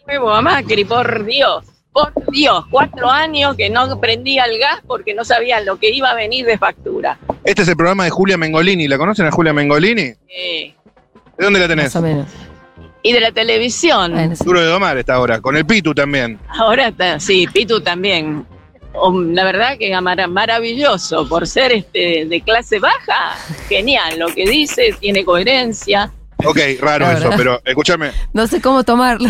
[SPEAKER 11] Nuevo a Macri, por Dios. Por Dios, cuatro años que no prendía el gas porque no sabía lo que iba a venir de factura.
[SPEAKER 7] Este es el programa de Julia Mengolini. ¿La conocen a Julia Mengolini? ¿De
[SPEAKER 11] Eh,
[SPEAKER 7] dónde la tenés?
[SPEAKER 1] Más o menos.
[SPEAKER 11] y de la televisión.
[SPEAKER 1] Bueno, sí.
[SPEAKER 7] Duro de domar esta hora, con el Pitu también.
[SPEAKER 11] Ahora está, sí, Pitu también. Um, La verdad que amar- maravilloso, por ser este de clase baja, genial, lo que dice tiene coherencia.
[SPEAKER 7] Ok, raro
[SPEAKER 1] La
[SPEAKER 7] eso,
[SPEAKER 1] verdad.
[SPEAKER 7] pero escúchame.
[SPEAKER 1] No sé cómo tomarlo.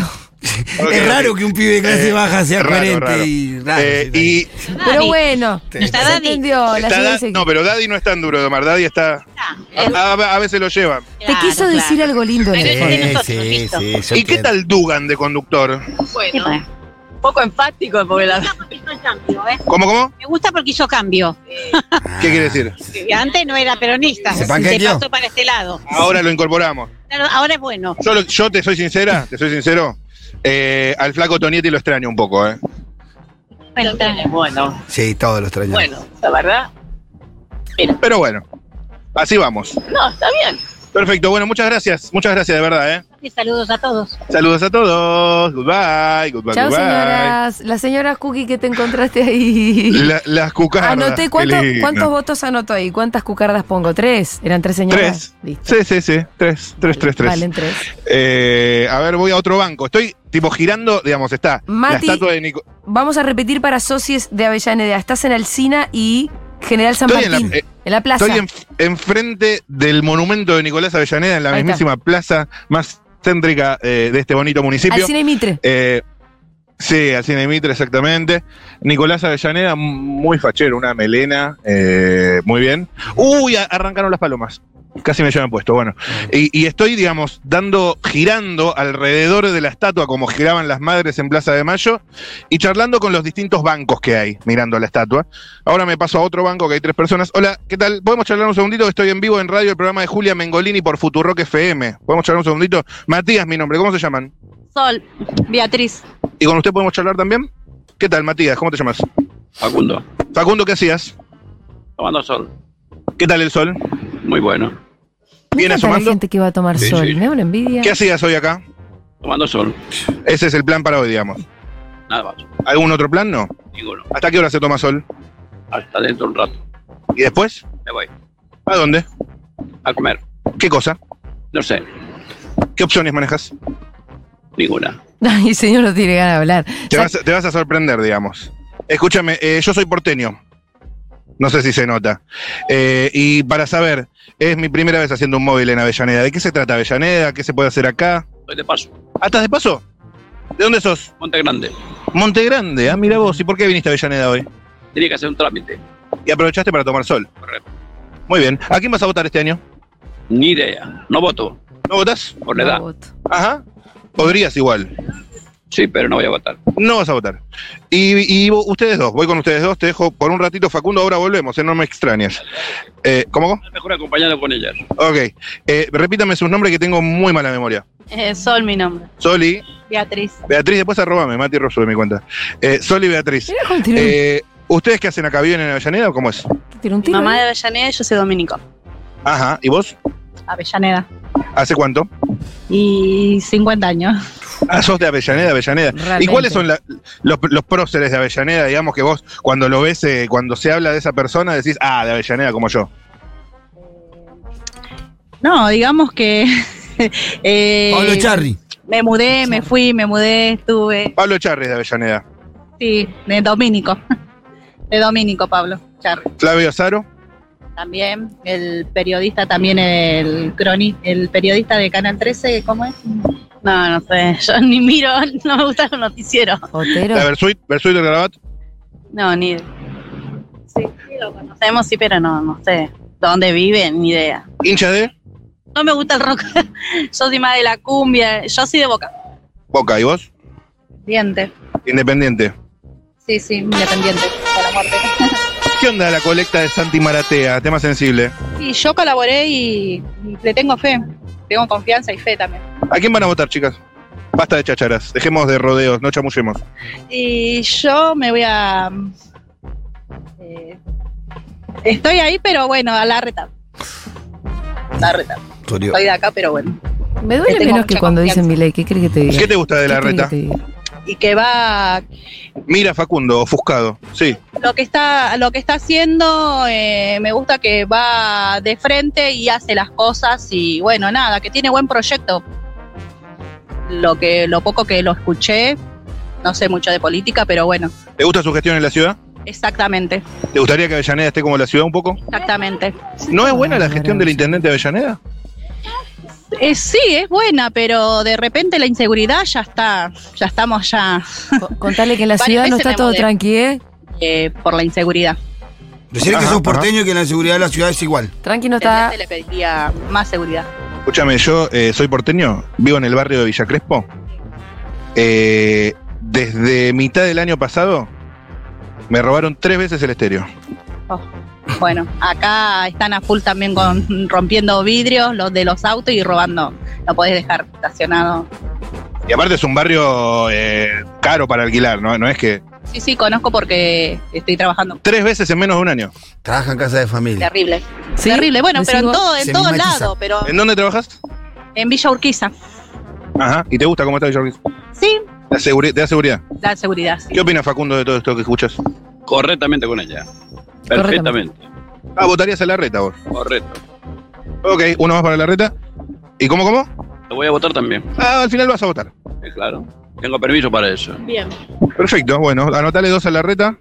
[SPEAKER 7] Ok,
[SPEAKER 3] Es raro que un pibe de clase
[SPEAKER 7] Eh,
[SPEAKER 3] baja sea
[SPEAKER 7] raro,
[SPEAKER 3] coherente
[SPEAKER 7] raro.
[SPEAKER 3] y raro.
[SPEAKER 7] eh,
[SPEAKER 3] sí,
[SPEAKER 7] y
[SPEAKER 1] Pero bueno.
[SPEAKER 6] Está
[SPEAKER 1] Se
[SPEAKER 6] Daddy.
[SPEAKER 1] entendió. La
[SPEAKER 7] está
[SPEAKER 1] señora
[SPEAKER 7] Da-
[SPEAKER 1] dice que-
[SPEAKER 7] no, pero Daddy no es tan duro de domar. Daddy está. A, a- a veces lo llevan.
[SPEAKER 1] Te quiso decir algo lindo. en el
[SPEAKER 6] Pero-
[SPEAKER 1] fondo.
[SPEAKER 3] también.
[SPEAKER 6] nosotros,
[SPEAKER 3] sí,
[SPEAKER 6] listo.
[SPEAKER 3] sí, yo
[SPEAKER 7] ¿Y qué
[SPEAKER 3] entiendo.
[SPEAKER 7] tal Dugan de conductor?
[SPEAKER 11] Bueno, un poco empático porque la
[SPEAKER 7] ¿Cómo, cómo?
[SPEAKER 6] ¿eh? Me gusta porque hizo cambio.
[SPEAKER 3] Ah,
[SPEAKER 7] ¿Qué quiere decir?
[SPEAKER 6] que Antes no era peronista,
[SPEAKER 3] Se
[SPEAKER 6] se
[SPEAKER 3] panqueteó.
[SPEAKER 6] pasó para este lado.
[SPEAKER 7] Ahora lo incorporamos.
[SPEAKER 6] Claro, ahora es bueno.
[SPEAKER 7] Yo, lo- yo te soy sincera, te soy sincero. eh, al flaco Tonietti lo extraño un poco, ¿eh?
[SPEAKER 6] Bueno, está bien.
[SPEAKER 11] Bueno,
[SPEAKER 3] Sí, todos los extrañamos.
[SPEAKER 11] bueno, la verdad.
[SPEAKER 7] Pero bueno, así vamos.
[SPEAKER 11] No, está bien.
[SPEAKER 7] Perfecto, bueno, muchas gracias. Muchas gracias de verdad, ¿eh?
[SPEAKER 6] Y saludos a todos.
[SPEAKER 7] Saludos a todos. Goodbye, goodbye,
[SPEAKER 1] Chao,
[SPEAKER 7] goodbye.
[SPEAKER 1] señoras. Las señoras Cookie que te encontraste ahí.
[SPEAKER 7] La- las cucardas.
[SPEAKER 1] Anoté
[SPEAKER 7] qué
[SPEAKER 1] cuánto-
[SPEAKER 7] lindo.
[SPEAKER 1] cuántos votos anoto ahí. ¿Cuántas cucardas pongo? ¿Tres? ¿Eran tres señoras?
[SPEAKER 7] Tres.
[SPEAKER 1] Listo.
[SPEAKER 7] Sí, sí, sí. Tres, tres, tres, tres.
[SPEAKER 1] Valen tres.
[SPEAKER 7] Eh, a ver, voy a otro banco. Estoy tipo girando, digamos, está
[SPEAKER 1] Mati-
[SPEAKER 7] la estatua de Nico.
[SPEAKER 1] Vamos a repetir para socios de Avellaneda. Estás en Alcina y General San
[SPEAKER 7] Estoy en la,
[SPEAKER 1] Martín. En la,
[SPEAKER 7] eh,
[SPEAKER 1] plaza.
[SPEAKER 7] estoy en- enfrente del monumento de Nicolás Avellaneda en la
[SPEAKER 1] Ahí está.
[SPEAKER 7] mismísima plaza más céntrica eh, de este bonito municipio.
[SPEAKER 1] Alcina y Mitre.
[SPEAKER 7] Eh, sí, al Cine Mitre, exactamente. Nicolás Avellaneda, m- muy fachero, una melena, eh, muy bien. Uy, a- arrancaron las palomas. Casi me llevan puesto, bueno. Y, y estoy, digamos, dando, girando alrededor de la estatua como giraban las madres en Plaza de Mayo y charlando con los distintos bancos que hay mirando la estatua. Ahora me paso a otro banco que hay tres personas. Hola, ¿qué tal? ¿Podemos charlar un segundito? Estoy en vivo en radio el programa de Julia Mengolini por Futurock FM. ¿Podemos charlar un segundito? Matías, mi nombre, ¿cómo se llaman?
[SPEAKER 6] Sol, Beatriz.
[SPEAKER 7] ¿Y con usted podemos charlar también? ¿Qué tal, Matías? ¿Cómo te llamas?
[SPEAKER 12] Facundo,
[SPEAKER 7] Facundo, ¿qué hacías?
[SPEAKER 12] tomando sol.
[SPEAKER 7] ¿Qué tal el sol?
[SPEAKER 12] Muy bueno.
[SPEAKER 1] Me
[SPEAKER 7] ¿Viene
[SPEAKER 1] encanta la
[SPEAKER 7] asomando?
[SPEAKER 1] gente que va a tomar
[SPEAKER 12] Sí,
[SPEAKER 1] sol.
[SPEAKER 12] sí.
[SPEAKER 1] Me da una envidia.
[SPEAKER 7] ¿Qué hacías hoy acá?
[SPEAKER 12] Tomando sol.
[SPEAKER 7] Ese es el plan para hoy, digamos.
[SPEAKER 12] Nada más.
[SPEAKER 7] ¿Algún otro plan? No.
[SPEAKER 12] Ninguno.
[SPEAKER 7] ¿Hasta qué hora se toma sol?
[SPEAKER 12] Hasta dentro de un rato.
[SPEAKER 7] ¿Y después?
[SPEAKER 12] Me voy.
[SPEAKER 7] ¿A dónde?
[SPEAKER 12] A comer.
[SPEAKER 7] ¿Qué cosa?
[SPEAKER 12] No sé.
[SPEAKER 7] ¿Qué opciones manejas?
[SPEAKER 12] Ninguna.
[SPEAKER 1] Ay, el señor no tiene ganas de hablar.
[SPEAKER 7] Te vas, te vas a sorprender, digamos. Escúchame, eh, yo soy porteño. No sé si se nota. Eh, y para saber, es mi primera vez haciendo un móvil en Avellaneda. ¿De qué se trata Avellaneda? ¿Qué se puede hacer acá?
[SPEAKER 12] Estoy de paso.
[SPEAKER 7] ¿Ah, estás de paso? ¿De dónde sos?
[SPEAKER 12] Monte Grande.
[SPEAKER 7] Monte Grande. Ah, mira vos. ¿Y por qué viniste a Avellaneda hoy?
[SPEAKER 12] Tenía que hacer un trámite.
[SPEAKER 7] Y aprovechaste para tomar sol.
[SPEAKER 12] Correcto.
[SPEAKER 7] Muy bien. ¿A quién vas a votar este año?
[SPEAKER 12] Ni idea. No voto.
[SPEAKER 7] ¿No votás?
[SPEAKER 12] Por la edad.
[SPEAKER 1] No voto.
[SPEAKER 7] Ajá. Podrías igual.
[SPEAKER 12] Sí, pero no voy a votar.
[SPEAKER 7] No vas a votar. Y, y vo- ustedes dos, voy con ustedes dos, te dejo por un ratito, Facundo, ahora volvemos, eh, no me extrañas. Eh, ¿Cómo?
[SPEAKER 12] Mejor acompañado con ella.
[SPEAKER 7] Ok. Eh, repítame sus nombres que tengo muy mala memoria.
[SPEAKER 13] Eh, Sol, mi nombre.
[SPEAKER 7] Soli,
[SPEAKER 13] Beatriz.
[SPEAKER 7] Beatriz, después arrobame, Mati Rosso de mi cuenta. Eh, Soli, Beatriz.
[SPEAKER 1] Mira cómo tiró, un-
[SPEAKER 7] Eh, ¿Ustedes qué hacen acá? ¿Viven en Avellaneda o cómo es?
[SPEAKER 1] tiró un
[SPEAKER 13] Mi
[SPEAKER 1] tiro. ¿eh?
[SPEAKER 13] mamá
[SPEAKER 1] ahí.
[SPEAKER 13] de Avellaneda y yo soy dominico.
[SPEAKER 7] Ajá. ¿Y vos?
[SPEAKER 13] Avellaneda.
[SPEAKER 7] ¿Hace cuánto?
[SPEAKER 13] Y 50 años.
[SPEAKER 7] Ah, sos de Avellaneda, Avellaneda.
[SPEAKER 1] Realmente.
[SPEAKER 7] ¿Y cuáles son la- los, los próceres de Avellaneda, digamos, que vos cuando lo ves, eh, cuando se habla de esa persona, decís, ah, de Avellaneda como yo?
[SPEAKER 13] No, digamos que. eh,
[SPEAKER 3] Pablo Charri.
[SPEAKER 13] me mudé, me fui, me mudé, estuve.
[SPEAKER 7] Pablo Charri es de Avellaneda.
[SPEAKER 13] Sí, de dominico. De dominico, Pablo. Charri.
[SPEAKER 7] Flavio Azaro,
[SPEAKER 13] También el periodista, también el croni, el periodista de Canal 13, ¿cómo es? No, no sé, yo ni miro, no me gustan los noticieros.
[SPEAKER 1] Otero.
[SPEAKER 7] la Versuit, Versuit del Garabat.
[SPEAKER 13] No, ni Sí, sí, lo conocemos, sí, pero no, no sé dónde viven, ni idea.
[SPEAKER 7] hincha de
[SPEAKER 13] No me gusta el rock. Yo soy más de la cumbia. Yo soy de Boca.
[SPEAKER 7] Boca. ¿Y vos?
[SPEAKER 13] Diente.
[SPEAKER 7] Independiente.
[SPEAKER 13] Sí, sí, independiente de la muerte.
[SPEAKER 7] ¿Qué onda la colecta de Santi Maratea? Tema sensible.
[SPEAKER 13] Y yo colaboré y, y le tengo fe. Tengo confianza y fe también.
[SPEAKER 7] ¿A quién van a votar, chicas? Basta de chacharas. Dejemos de rodeos, no chamullemos.
[SPEAKER 13] Y yo me voy a... eh, estoy ahí, pero bueno, a la reta. La reta.
[SPEAKER 3] Sorio.
[SPEAKER 13] Estoy de acá, pero bueno.
[SPEAKER 1] Me duele
[SPEAKER 13] Le tengo
[SPEAKER 1] menos que
[SPEAKER 13] mucha
[SPEAKER 1] cuando dicen
[SPEAKER 13] confianza.
[SPEAKER 1] mi ley. ¿Qué crees que te diga?
[SPEAKER 7] ¿Qué te gusta de la
[SPEAKER 1] ¿Qué querés
[SPEAKER 7] reta?
[SPEAKER 1] que te diga?
[SPEAKER 13] Y que va
[SPEAKER 7] Mira, Facundo, ofuscado. Sí.
[SPEAKER 13] lo que está lo que está haciendo eh, me gusta que va de frente y hace las cosas y bueno nada que tiene buen proyecto lo que lo poco que lo escuché no sé mucho de política pero bueno
[SPEAKER 7] ¿Te gusta su gestión en la ciudad?
[SPEAKER 13] exactamente
[SPEAKER 7] ¿Te gustaría que Avellaneda esté como la ciudad un poco?
[SPEAKER 13] exactamente
[SPEAKER 7] ¿No es buena la gestión del intendente de Avellaneda?
[SPEAKER 13] Eh, sí es buena pero de repente la inseguridad ya está ya estamos ya
[SPEAKER 1] Co- Contale que en la
[SPEAKER 13] Varias
[SPEAKER 1] ciudad no
[SPEAKER 13] veces
[SPEAKER 1] está
[SPEAKER 13] me
[SPEAKER 1] todo
[SPEAKER 13] mudé.
[SPEAKER 1] tranqui, ¿eh?
[SPEAKER 13] eh, por la inseguridad
[SPEAKER 3] Decir que
[SPEAKER 7] Ajá,
[SPEAKER 3] sos
[SPEAKER 7] ajá.
[SPEAKER 3] porteño y que la seguridad de la ciudad es igual.
[SPEAKER 1] Tranqui no está.
[SPEAKER 13] Entonces le pediría más seguridad
[SPEAKER 7] Escúchame, yo eh, soy porteño, vivo en el barrio de Villa Crespo. Eh, desde mitad del año pasado me robaron tres veces el estéreo.
[SPEAKER 13] Bueno, acá están a full también con rompiendo vidrios, los de los autos y robando. No podés dejar estacionado.
[SPEAKER 7] Y aparte es un barrio eh, caro para alquilar, ¿no? No es que
[SPEAKER 13] Sí, sí, conozco porque estoy trabajando.
[SPEAKER 7] tres veces en menos de un año.
[SPEAKER 3] Trabaja en casa de familia.
[SPEAKER 13] Terrible.
[SPEAKER 1] ¿Sí?
[SPEAKER 13] Terrible. Bueno,
[SPEAKER 1] ¿Decís
[SPEAKER 13] pero en
[SPEAKER 1] vos?
[SPEAKER 13] todo, en
[SPEAKER 3] Se
[SPEAKER 13] todos
[SPEAKER 3] mimetiza.
[SPEAKER 13] lados, pero
[SPEAKER 7] ¿En dónde trabajas?
[SPEAKER 13] en Villa Urquiza.
[SPEAKER 7] Ajá. ¿Y te gusta cómo está Villa Crespo?
[SPEAKER 13] Sí,
[SPEAKER 7] La seguri- ¿Te da seguridad?
[SPEAKER 13] la seguridad. sí.
[SPEAKER 7] ¿Qué opina Facundo de todo esto que escuchas?
[SPEAKER 12] Correctamente con ella. Perfectamente.
[SPEAKER 7] Ah, votarías a la reta vos.
[SPEAKER 12] Correcto.
[SPEAKER 7] Ok, uno más para la reta. ¿Y cómo, cómo?
[SPEAKER 12] Lo voy a votar también.
[SPEAKER 7] Ah, al final vas a votar.
[SPEAKER 12] Eh, Claro. Tengo permiso para eso.
[SPEAKER 13] Bien.
[SPEAKER 7] Perfecto, bueno, anotale dos a la reta.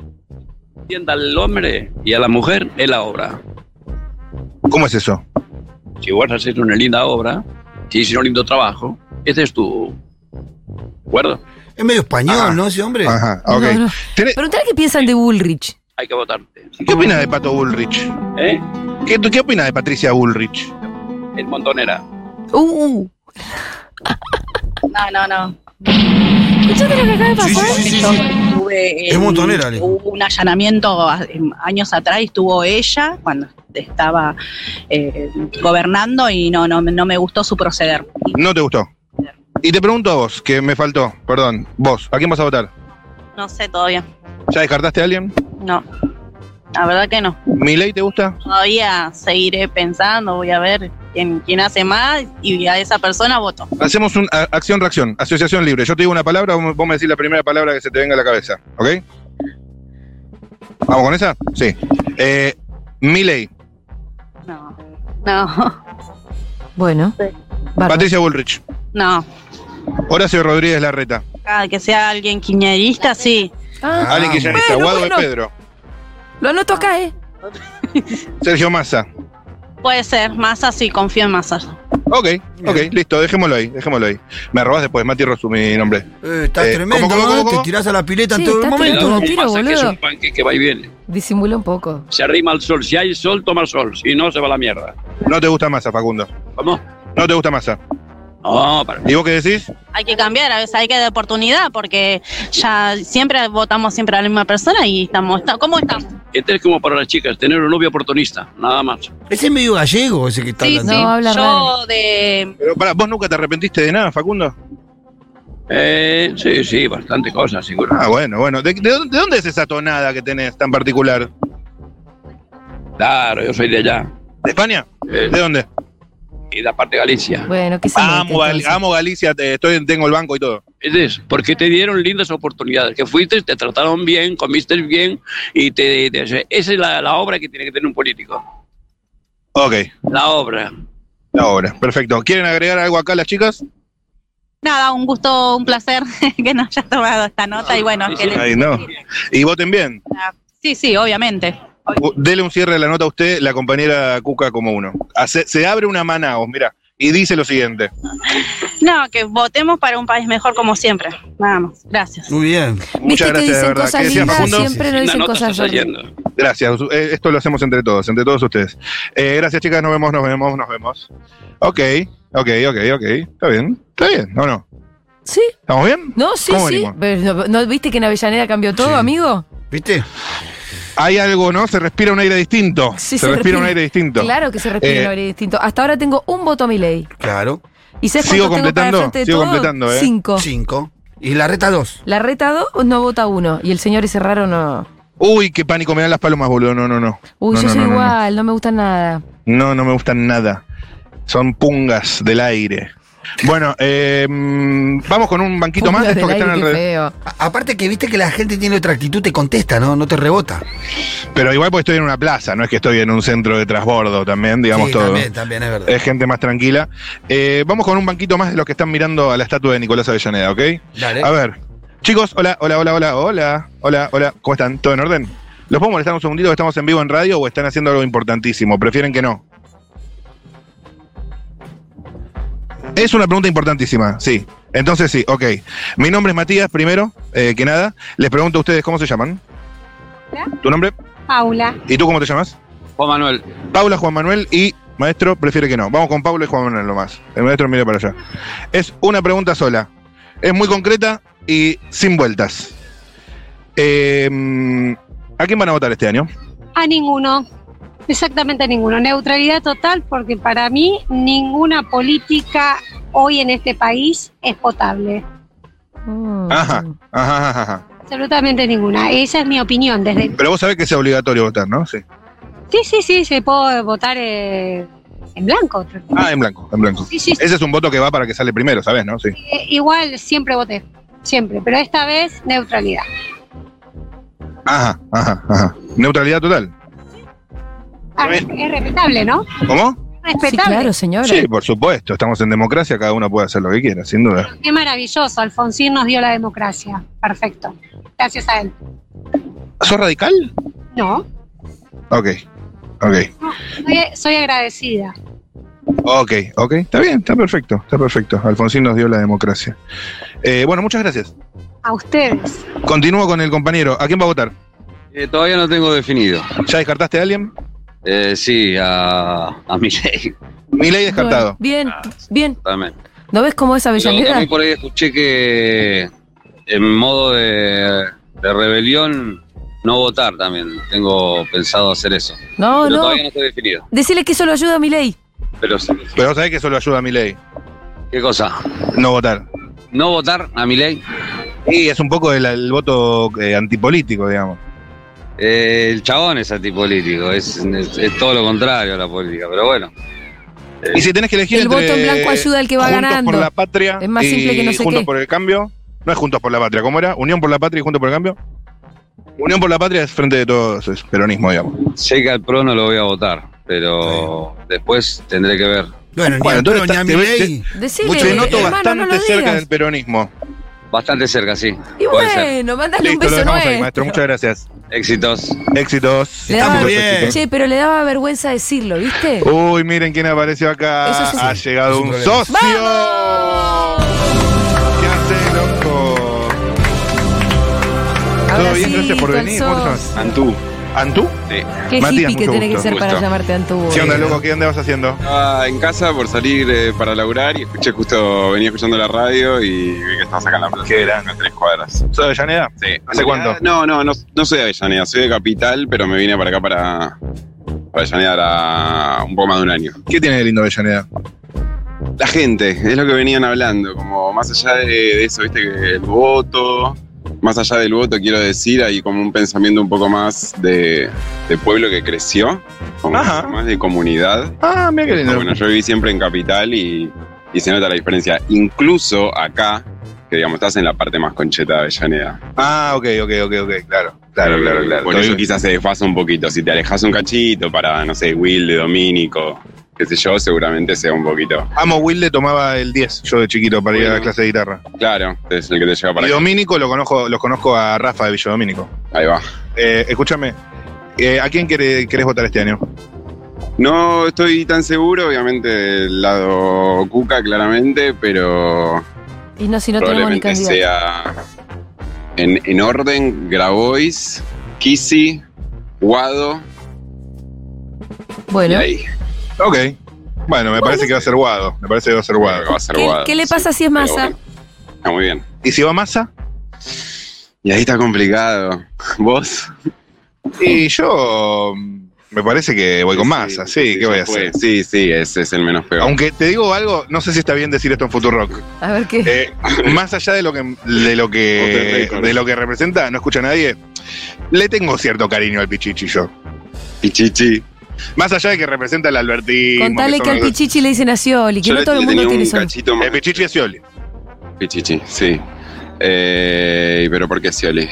[SPEAKER 12] Tienda al hombre y a la mujer es la obra.
[SPEAKER 7] ¿Cómo es eso?
[SPEAKER 12] Si vos haces una linda obra, si hiciste un lindo trabajo, ese es tu. ¿De acuerdo?
[SPEAKER 3] Es medio español,
[SPEAKER 7] Ajá.
[SPEAKER 3] ¿no? Ese hombre.
[SPEAKER 7] Ajá, ok.
[SPEAKER 1] No, no.
[SPEAKER 7] Tenés-
[SPEAKER 1] Preguntale qué piensan de Bullrich.
[SPEAKER 12] Hay que votarte.
[SPEAKER 7] ¿Qué opinas de Pato Bullrich?
[SPEAKER 12] ¿Eh?
[SPEAKER 7] ¿Qué, tú- qué opinas de Patricia Bullrich?
[SPEAKER 12] Es montonera.
[SPEAKER 1] Uh, uh.
[SPEAKER 13] No, no, no.
[SPEAKER 1] ¿Escuchaste lo que acaba de
[SPEAKER 3] Sí,
[SPEAKER 1] pasar?
[SPEAKER 3] sí, sí, sí,
[SPEAKER 13] Yo
[SPEAKER 3] sí.
[SPEAKER 13] tuve,
[SPEAKER 3] Es
[SPEAKER 13] en-
[SPEAKER 3] montonera, Ale.
[SPEAKER 13] Hubo un allanamiento a- en- años atrás y estuvo ella cuando estaba eh, gobernando y no, no, no me gustó su proceder.
[SPEAKER 7] No te gustó. Y te pregunto a vos, que me faltó, perdón, vos, ¿a quién vas a votar?
[SPEAKER 13] No sé todavía.
[SPEAKER 7] ¿Ya descartaste a alguien?
[SPEAKER 13] No, la verdad que no.
[SPEAKER 7] ¿Milei te gusta?
[SPEAKER 13] Todavía seguiré pensando, voy a ver. quien, quien hace más y a esa persona voto.
[SPEAKER 7] Hacemos una acción-reacción, asociación libre. Yo te digo una palabra, vos me- vos me decís la primera palabra que se te venga a la cabeza, ¿ok? ¿Vamos con esa? Sí. Eh, Miley,
[SPEAKER 13] No,
[SPEAKER 1] Bueno. Bárbara.
[SPEAKER 7] Patricia Bullrich,
[SPEAKER 13] no.
[SPEAKER 7] Horacio Rodríguez Larreta,
[SPEAKER 13] Ah, que sea alguien quiñerista, sí.
[SPEAKER 1] Ah,
[SPEAKER 7] Ale Quillanista,
[SPEAKER 1] bueno,
[SPEAKER 7] Guado
[SPEAKER 1] bueno.
[SPEAKER 7] de Pedro,
[SPEAKER 1] Lo anoto acá, ¿eh?
[SPEAKER 7] Sergio Massa.
[SPEAKER 13] Puede ser, Massa, sí, confío en Massa.
[SPEAKER 7] Ok, ok, listo, dejémoslo ahí, dejémoslo ahí. Me robás después, Mati Rosu, mi nombre.
[SPEAKER 2] Eh, estás
[SPEAKER 7] Eh,
[SPEAKER 2] tremendo,
[SPEAKER 7] ¿cómo, cómo,
[SPEAKER 2] ¿eh?
[SPEAKER 7] cómo, cómo?
[SPEAKER 2] Te tirás a la pileta
[SPEAKER 1] Sí,
[SPEAKER 2] en todo el
[SPEAKER 1] estás
[SPEAKER 2] momento.
[SPEAKER 1] tremendo. un
[SPEAKER 12] Cuidado con
[SPEAKER 1] tiro,
[SPEAKER 12] Massa, que es
[SPEAKER 1] boludo.
[SPEAKER 12] un panque que va y viene.
[SPEAKER 1] Disimula un poco.
[SPEAKER 12] Se arrima al sol. Si hay sol, toma sol. Si no, se va a la mierda.
[SPEAKER 7] No te gusta masa, Facundo.
[SPEAKER 12] ¿Cómo?
[SPEAKER 7] No te gusta masa.
[SPEAKER 12] No, para
[SPEAKER 7] ¿Y vos qué decís?
[SPEAKER 13] Hay que cambiar, a veces hay que dar oportunidad porque ya siempre votamos siempre a la misma persona y estamos. ¿Cómo estamos?
[SPEAKER 12] Este es como para las chicas, tener un novio oportunista, nada más.
[SPEAKER 2] Ese es medio gallego, ese que está
[SPEAKER 13] Sí,
[SPEAKER 2] hablando.
[SPEAKER 13] sí.
[SPEAKER 1] No, habla
[SPEAKER 13] Yo de.
[SPEAKER 7] Pero para, ¿vos nunca te arrepentiste de nada, Facundo?
[SPEAKER 12] Eh, sí, sí, bastante cosas, seguro.
[SPEAKER 7] Ah, bueno, bueno. ¿De, de dónde- de dónde es esa tonada que tenés tan particular?
[SPEAKER 12] Claro, yo soy de allá.
[SPEAKER 7] ¿De España?
[SPEAKER 12] Eh,
[SPEAKER 7] ¿De dónde?
[SPEAKER 12] y de la parte de Galicia.
[SPEAKER 1] Bueno, que se
[SPEAKER 7] Amo,
[SPEAKER 1] mete,
[SPEAKER 7] Gal-
[SPEAKER 1] entonces.
[SPEAKER 7] amo Galicia, te- estoy, tengo el banco y todo.
[SPEAKER 12] Es porque te dieron lindas oportunidades, que fuiste, te trataron bien, comiste bien y te... te- esa es la, la obra que tiene que tener un político.
[SPEAKER 7] Ok,
[SPEAKER 12] La obra.
[SPEAKER 7] ahora, perfecto. ¿Quieren agregar algo acá las chicas?
[SPEAKER 13] Nada, un gusto, un placer que nos hayas tomado esta nota y bueno, que le-
[SPEAKER 7] Ay, no. Y voten bien.
[SPEAKER 13] Sí, sí, obviamente.
[SPEAKER 7] U- Dele un cierre a la nota a usted, la compañera Cuca como uno. Hace- se abre una Manaos, mira, y dice lo siguiente.
[SPEAKER 13] No, que votemos para un país mejor como siempre. Nada más. Gracias.
[SPEAKER 2] Muy bien.
[SPEAKER 1] Viste
[SPEAKER 7] Muchas
[SPEAKER 1] que
[SPEAKER 7] gracias, de
[SPEAKER 1] dicen
[SPEAKER 7] verdad. ¿Qué
[SPEAKER 1] cosas
[SPEAKER 7] decía
[SPEAKER 1] lindas,
[SPEAKER 7] Facundo?
[SPEAKER 1] siempre no
[SPEAKER 12] La
[SPEAKER 1] dicen
[SPEAKER 12] nota
[SPEAKER 1] cosas
[SPEAKER 12] está
[SPEAKER 1] lindas.
[SPEAKER 12] yendo.
[SPEAKER 7] Gracias, eh, esto lo hacemos entre todos, entre todos ustedes. Eh, gracias chicas, nos vemos, nos vemos, nos vemos. Ok, ok, ok, ok. Está bien, está bien, ¿o no?
[SPEAKER 1] Sí,
[SPEAKER 7] ¿Estamos bien?
[SPEAKER 1] no, sí,
[SPEAKER 7] ¿Cómo
[SPEAKER 1] sí.
[SPEAKER 7] venimos?
[SPEAKER 1] Pero, ¿no, no viste que en Avellaneda cambió todo,
[SPEAKER 2] Sí.
[SPEAKER 1] amigo?
[SPEAKER 2] ¿Viste?
[SPEAKER 7] Hay algo, ¿no? Se respira un aire distinto.
[SPEAKER 1] Sí,
[SPEAKER 7] se, respira, un aire distinto.
[SPEAKER 1] Claro que se respira
[SPEAKER 7] Eh,
[SPEAKER 1] un aire distinto. Hasta ahora tengo un voto a mi ley.
[SPEAKER 2] Claro.
[SPEAKER 1] ¿Y sabes
[SPEAKER 7] Sigo
[SPEAKER 1] cuánto tengo para
[SPEAKER 7] completando,
[SPEAKER 1] frente de
[SPEAKER 7] sigo
[SPEAKER 1] todo?
[SPEAKER 7] completando, ¿eh?
[SPEAKER 1] Cinco.
[SPEAKER 2] Cinco. Y la reta dos.
[SPEAKER 1] La reta dos no vota uno. Y el señor ese raro no.
[SPEAKER 7] Uy, qué pánico me dan las palomas, boludo. No, no, no.
[SPEAKER 1] Uy,
[SPEAKER 7] No,
[SPEAKER 1] yo
[SPEAKER 7] no,
[SPEAKER 1] soy
[SPEAKER 7] no, no,
[SPEAKER 1] igual, no, me gusta nada.
[SPEAKER 7] No, no me gustan nada. Son pungas del aire. Bueno, eh, mm, vamos con un banquito más de
[SPEAKER 1] Puntas
[SPEAKER 7] estos que
[SPEAKER 1] del
[SPEAKER 7] están
[SPEAKER 1] aire, qué
[SPEAKER 7] alrededor.
[SPEAKER 1] feo.
[SPEAKER 2] A- aparte que viste que la gente tiene otra actitud, te contesta, ¿no? No te rebota.
[SPEAKER 7] Pero igual porque estoy en una plaza, no es que estoy en un centro de transbordo también, digamos
[SPEAKER 2] Sí,
[SPEAKER 7] todo.
[SPEAKER 2] También, también es verdad.
[SPEAKER 7] Es gente más tranquila. Eh, vamos con un banquito más de los que están mirando a la estatua de Nicolás Avellaneda, ¿ok?
[SPEAKER 2] Dale.
[SPEAKER 7] A ver. Chicos, hola, hola, hola, hola, hola, hola, hola. ¿Cómo están? ¿Todo en orden? ¿Los puedo molestar un segundito que estamos en vivo en radio o están haciendo algo importantísimo? ¿Prefieren que no? Es una pregunta importantísima, sí. Entonces sí, ok. Mi nombre es Matías, primero eh, que nada. Les pregunto a ustedes cómo se llaman. ¿Tu nombre?
[SPEAKER 9] Paula,
[SPEAKER 7] ¿Y tú cómo te llamas?
[SPEAKER 12] Juan Manuel,
[SPEAKER 7] Paula, Juan Manuel y maestro prefiere que no. Vamos con Paula y Juan Manuel nomás. El maestro mire para allá. Es una pregunta sola. Es muy concreta y sin vueltas. Eh, ¿A quién van a votar este año?
[SPEAKER 9] a ninguno, exactamente a ninguno. Neutralidad total porque para mí ninguna política hoy en este país es potable.
[SPEAKER 1] Mm.
[SPEAKER 7] Ajá, ajá, ajá, ajá.
[SPEAKER 9] Absolutamente ninguna. Esa es mi opinión. Desde
[SPEAKER 7] Pero vos sabés que es obligatorio votar, ¿no? Sí.
[SPEAKER 9] sí, sí, sí, se puede votar eh, en blanco.
[SPEAKER 7] Ah, en blanco, en blanco.
[SPEAKER 9] Sí, sí, sí.
[SPEAKER 7] Ese es un voto que va para que sale primero, ¿sabés, no? Sí.
[SPEAKER 9] Eh, Igual siempre voté, siempre, pero esta vez neutralidad.
[SPEAKER 7] Ajá, ajá, ajá. Neutralidad total.
[SPEAKER 9] Ah, es respetable, ¿no?
[SPEAKER 7] ¿Cómo?
[SPEAKER 9] Respetable.
[SPEAKER 1] Sí, claro, señora.
[SPEAKER 7] Sí, por supuesto. Estamos en democracia, cada uno puede hacer lo que quiera, sin duda.
[SPEAKER 9] Qué maravilloso, Alfonsín nos dio la democracia. Perfecto. Gracias a él.
[SPEAKER 7] ¿Sos radical?
[SPEAKER 9] No,
[SPEAKER 7] Ok, ok.
[SPEAKER 9] soy, soy agradecida.
[SPEAKER 7] Ok, ok. Está bien, está perfecto, está perfecto. Alfonsín nos dio la democracia. Eh, bueno, muchas gracias.
[SPEAKER 9] A ustedes.
[SPEAKER 7] Continúo con el compañero. ¿A quién va a votar?
[SPEAKER 14] Eh, todavía no tengo definido.
[SPEAKER 7] ¿Ya descartaste a alguien?
[SPEAKER 14] Eh, sí, a, a mi ley
[SPEAKER 7] Milei
[SPEAKER 1] Bueno,
[SPEAKER 7] descartado.
[SPEAKER 1] bien,
[SPEAKER 15] Ah,
[SPEAKER 1] bien.
[SPEAKER 14] también.
[SPEAKER 1] ¿No ves cómo es
[SPEAKER 14] Pero
[SPEAKER 1] Avellaneda?
[SPEAKER 14] también por ahí escuché que en modo de, de rebelión no votar también. Tengo pensado hacer eso.
[SPEAKER 1] No,
[SPEAKER 14] Pero
[SPEAKER 1] Oh, no.
[SPEAKER 14] todavía no estoy definido.
[SPEAKER 1] Decirle que eso lo ayuda a mi ley.
[SPEAKER 14] Pero sí.
[SPEAKER 7] Pero vos sabés que eso lo ayuda a Milei,
[SPEAKER 14] ¿Qué cosa?
[SPEAKER 7] no votar.
[SPEAKER 14] ¿No votar a mi ley?
[SPEAKER 7] Y es un poco el, el voto eh, antipolítico, digamos.
[SPEAKER 14] Eh, el chabón es antipolítico. Es, es- es todo lo contrario a la política. Pero bueno.
[SPEAKER 7] Y si tenés que elegir
[SPEAKER 1] El
[SPEAKER 7] entre
[SPEAKER 1] voto en blanco ayuda al que va
[SPEAKER 7] Juntos
[SPEAKER 1] ganando.
[SPEAKER 7] por la patria
[SPEAKER 1] Es más simple
[SPEAKER 7] y
[SPEAKER 1] que no sé
[SPEAKER 7] Juntos
[SPEAKER 1] qué.
[SPEAKER 7] por el cambio. No es Juntos por la Patria, ¿cómo era? Unión por la Patria y Juntos por el Cambio. Unión por la Patria es frente de todos, es peronismo, digamos.
[SPEAKER 14] Sé que al PRO no lo voy a votar, pero después tendré que ver.
[SPEAKER 2] Bueno,
[SPEAKER 7] Bueno, entonces
[SPEAKER 14] ni a
[SPEAKER 7] ta- te, ve-
[SPEAKER 14] Milei.
[SPEAKER 7] te-
[SPEAKER 1] Decile,
[SPEAKER 7] te noto
[SPEAKER 1] hermano,
[SPEAKER 7] bastante
[SPEAKER 1] no lo
[SPEAKER 7] cerca
[SPEAKER 1] digas.
[SPEAKER 7] del peronismo.
[SPEAKER 14] Bastante cerca, sí.
[SPEAKER 1] Y
[SPEAKER 14] Puede ser.
[SPEAKER 1] bueno, mandale un
[SPEAKER 7] Listo, lo
[SPEAKER 1] beso
[SPEAKER 7] dejamos ahí,
[SPEAKER 1] nuevo.
[SPEAKER 7] maestro. Muchas gracias.
[SPEAKER 14] Éxitos.
[SPEAKER 7] Éxitos.
[SPEAKER 1] Le daba-
[SPEAKER 7] Muchos éxitos.
[SPEAKER 1] Che, pero le daba vergüenza decirlo, ¿viste?
[SPEAKER 7] Uy, miren quién apareció acá.
[SPEAKER 1] Eso sí.
[SPEAKER 7] ha llegado un
[SPEAKER 1] problema.
[SPEAKER 7] socio. ¿Qué haces, loco?
[SPEAKER 1] Ahora
[SPEAKER 7] Todo bien,
[SPEAKER 1] sí,
[SPEAKER 7] gracias por
[SPEAKER 1] con
[SPEAKER 7] venir. ¿Cómo te llamas?
[SPEAKER 1] sos.
[SPEAKER 7] Antú. ¿Antú?
[SPEAKER 15] Sí.
[SPEAKER 1] Qué
[SPEAKER 7] Matías,
[SPEAKER 1] hippie que
[SPEAKER 7] mucho
[SPEAKER 1] tiene que
[SPEAKER 7] gusto.
[SPEAKER 1] ser para
[SPEAKER 15] gusto.
[SPEAKER 1] llamarte Antú.
[SPEAKER 7] ¿Qué onda,
[SPEAKER 1] boludo.
[SPEAKER 7] loco? ¿Qué andabas haciendo?
[SPEAKER 15] Estaba en casa por salir eh, para laburar y escuché justo, venía escuchando la radio y vi que estabas acá en la plaza. ¿Qué era? A tres cuadras.
[SPEAKER 7] ¿Sos de Avellaneda?
[SPEAKER 15] Sí.
[SPEAKER 7] ¿Hace cuánto?
[SPEAKER 15] No, no, no, no soy de Avellaneda, soy de Capital, pero me vine para acá para, para Avellaneda hará un poco más de un año.
[SPEAKER 7] ¿Qué tiene de lindo Avellaneda?
[SPEAKER 15] La gente, es lo que venían hablando, como más allá de, de eso, viste, que el voto, más allá del voto quiero decir, hay como un pensamiento un poco más de, de pueblo que creció, como
[SPEAKER 7] Ajá.
[SPEAKER 15] más de comunidad.
[SPEAKER 7] Ah, mira qué lindo.
[SPEAKER 15] Bueno, yo viví siempre en Capital y, y se nota la diferencia. Incluso acá, que digamos, estás en la parte más concheta de Avellaneda.
[SPEAKER 7] Ah, ok, ok, ok, ok, claro.
[SPEAKER 15] Claro, claro,
[SPEAKER 7] claro.
[SPEAKER 15] Por
[SPEAKER 7] Estoy-
[SPEAKER 15] eso quizás se desfasa un poquito. Si te alejas un cachito para, no sé, Will de Domínico, qué sé yo, seguramente sea un poquito.
[SPEAKER 7] Amo Wilde tomaba el 10 yo de chiquito para ir a la
[SPEAKER 15] Bueno.
[SPEAKER 7] clase de guitarra.
[SPEAKER 15] Claro, es el que te lleva para
[SPEAKER 7] Y
[SPEAKER 15] acá.
[SPEAKER 7] Domínico lo conozco, los conozco a Rafa de Villa Domínico.
[SPEAKER 15] Ahí va.
[SPEAKER 7] Eh, escúchame, eh, ¿a quién querés, querés votar este año?
[SPEAKER 15] No estoy tan seguro, obviamente, del lado Cuca, claramente, pero
[SPEAKER 1] Y no, si no tenemos ni
[SPEAKER 15] probablemente
[SPEAKER 1] candidato.
[SPEAKER 15] sea en, en orden Grabois, Kisi, Guado
[SPEAKER 1] Bueno,
[SPEAKER 15] y ahí.
[SPEAKER 7] Ok. Bueno, me parece que va a ser Guado. Me parece que va a ser Guado.
[SPEAKER 15] Va a ser
[SPEAKER 1] ¿qué,
[SPEAKER 15] Guado.
[SPEAKER 1] qué le pasa si es masa?
[SPEAKER 15] bueno. Está Ah, muy bien.
[SPEAKER 7] ¿Y si va Massa?
[SPEAKER 15] Y ahí está complicado. ¿Vos?
[SPEAKER 7] Y yo mm, me parece que voy con Massa, sí, ¿qué voy a
[SPEAKER 15] ya fue.
[SPEAKER 7] hacer?
[SPEAKER 15] Sí, sí, ese es el menos peor.
[SPEAKER 7] Aunque te digo algo, no sé si está bien decir esto en Futurock.
[SPEAKER 1] A ver qué.
[SPEAKER 7] Eh, más allá de lo que de lo
[SPEAKER 15] Open
[SPEAKER 7] que
[SPEAKER 15] record.
[SPEAKER 7] de lo que representa, no escucha a nadie. Le tengo cierto cariño al Pichichi yo.
[SPEAKER 15] Pichichi.
[SPEAKER 7] Más allá de que representa el albertismo.
[SPEAKER 1] Contale que
[SPEAKER 7] son
[SPEAKER 1] al
[SPEAKER 7] los-
[SPEAKER 1] Pichichi le dicen Asioli, que
[SPEAKER 15] Yo
[SPEAKER 1] no
[SPEAKER 15] le-
[SPEAKER 1] todo el
[SPEAKER 15] le
[SPEAKER 1] mundo
[SPEAKER 15] tenía
[SPEAKER 1] tiene
[SPEAKER 15] un
[SPEAKER 1] eso.
[SPEAKER 15] cachito más.
[SPEAKER 7] El Pichichi es Scioli.
[SPEAKER 15] Pichichi, sí. Eh, pero ¿por qué Scioli?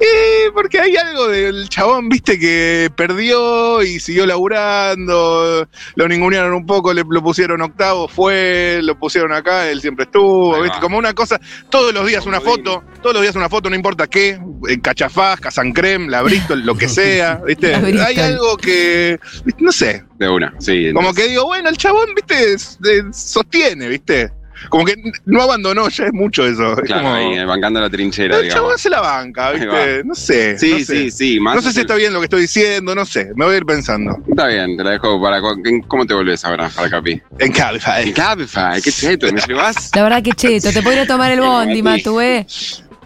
[SPEAKER 7] Eh, porque hay algo del chabón, viste, que perdió y siguió laburando, lo ningunearon un poco, le, lo pusieron octavo, fue, lo pusieron acá, él siempre estuvo,
[SPEAKER 15] Ahí
[SPEAKER 7] viste,
[SPEAKER 15] va.
[SPEAKER 7] como una cosa, todos los días una
[SPEAKER 15] Comodín.
[SPEAKER 7] foto, todos los días una foto, no importa qué, eh, cachafaz, casancrem, la Bristol, lo que sea, viste,
[SPEAKER 1] La Bristol.
[SPEAKER 7] hay algo que, viste, no sé,
[SPEAKER 15] De una, sí.
[SPEAKER 7] como que digo, bueno, el chabón, viste, es- eh, sostiene, viste, como que no abandonó, ya es mucho eso, es
[SPEAKER 15] Claro,
[SPEAKER 7] como-
[SPEAKER 15] ahí, eh, bancando la trinchera,
[SPEAKER 7] el chabón
[SPEAKER 15] digamos.
[SPEAKER 7] se la banca,
[SPEAKER 15] Ahí
[SPEAKER 7] viste,
[SPEAKER 15] va.
[SPEAKER 7] no sé.
[SPEAKER 15] Sí,
[SPEAKER 7] no sé.
[SPEAKER 15] sí, sí. Más
[SPEAKER 7] No sé si está bien lo que estoy diciendo, no sé. Me voy a ir pensando.
[SPEAKER 15] Está bien, te la dejo para. cu- en- ¿Cómo te volvés ahora para Capi?
[SPEAKER 7] En Cabify.
[SPEAKER 15] En Cabify, ¿qué cheto? ¿Me llevas?
[SPEAKER 1] La verdad que cheto, te podría tomar el bondi, Matu, ¿eh?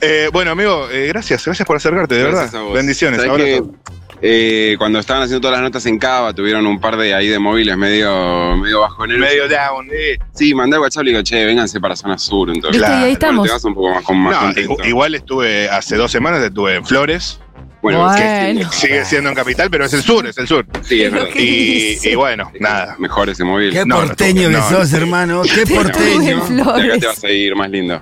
[SPEAKER 7] Eh, bueno, amigo, eh, gracias. Gracias por acercarte, de
[SPEAKER 15] Gracias a
[SPEAKER 7] verdad.
[SPEAKER 15] vos.
[SPEAKER 7] Bendiciones.
[SPEAKER 15] ¿Sabés
[SPEAKER 7] abrazo.
[SPEAKER 15] que, eh, cuando estaban haciendo todas las notas en Cava, tuvieron un par de ahí de móviles medio, medio bajoneros.
[SPEAKER 7] Medio down.
[SPEAKER 15] Eh, Sí, mandé WhatsApp y digo, che, vénganse para zona sur. Entonces,
[SPEAKER 1] ¿Viste? Y ahí
[SPEAKER 15] Bueno,
[SPEAKER 1] estamos.
[SPEAKER 15] te vas un poco más con más.
[SPEAKER 7] No,
[SPEAKER 15] contento.
[SPEAKER 7] igu- igual estuve hace dos semanas, estuve en Flores.
[SPEAKER 15] Bueno,
[SPEAKER 1] Bueno.
[SPEAKER 15] que sí,
[SPEAKER 7] Sigue siendo en capital, pero es el sur, es el sur.
[SPEAKER 15] sí, es
[SPEAKER 1] Lo
[SPEAKER 15] verdad.
[SPEAKER 1] que-
[SPEAKER 7] Y,
[SPEAKER 1] dice?
[SPEAKER 7] y bueno, nada.
[SPEAKER 15] Eh, Mejor ese móvil.
[SPEAKER 2] Qué
[SPEAKER 7] No, no, no,
[SPEAKER 2] porteño que
[SPEAKER 7] no.
[SPEAKER 2] sos, hermano. Qué porteño.
[SPEAKER 1] Flores.
[SPEAKER 15] De acá te vas a ir más lindo.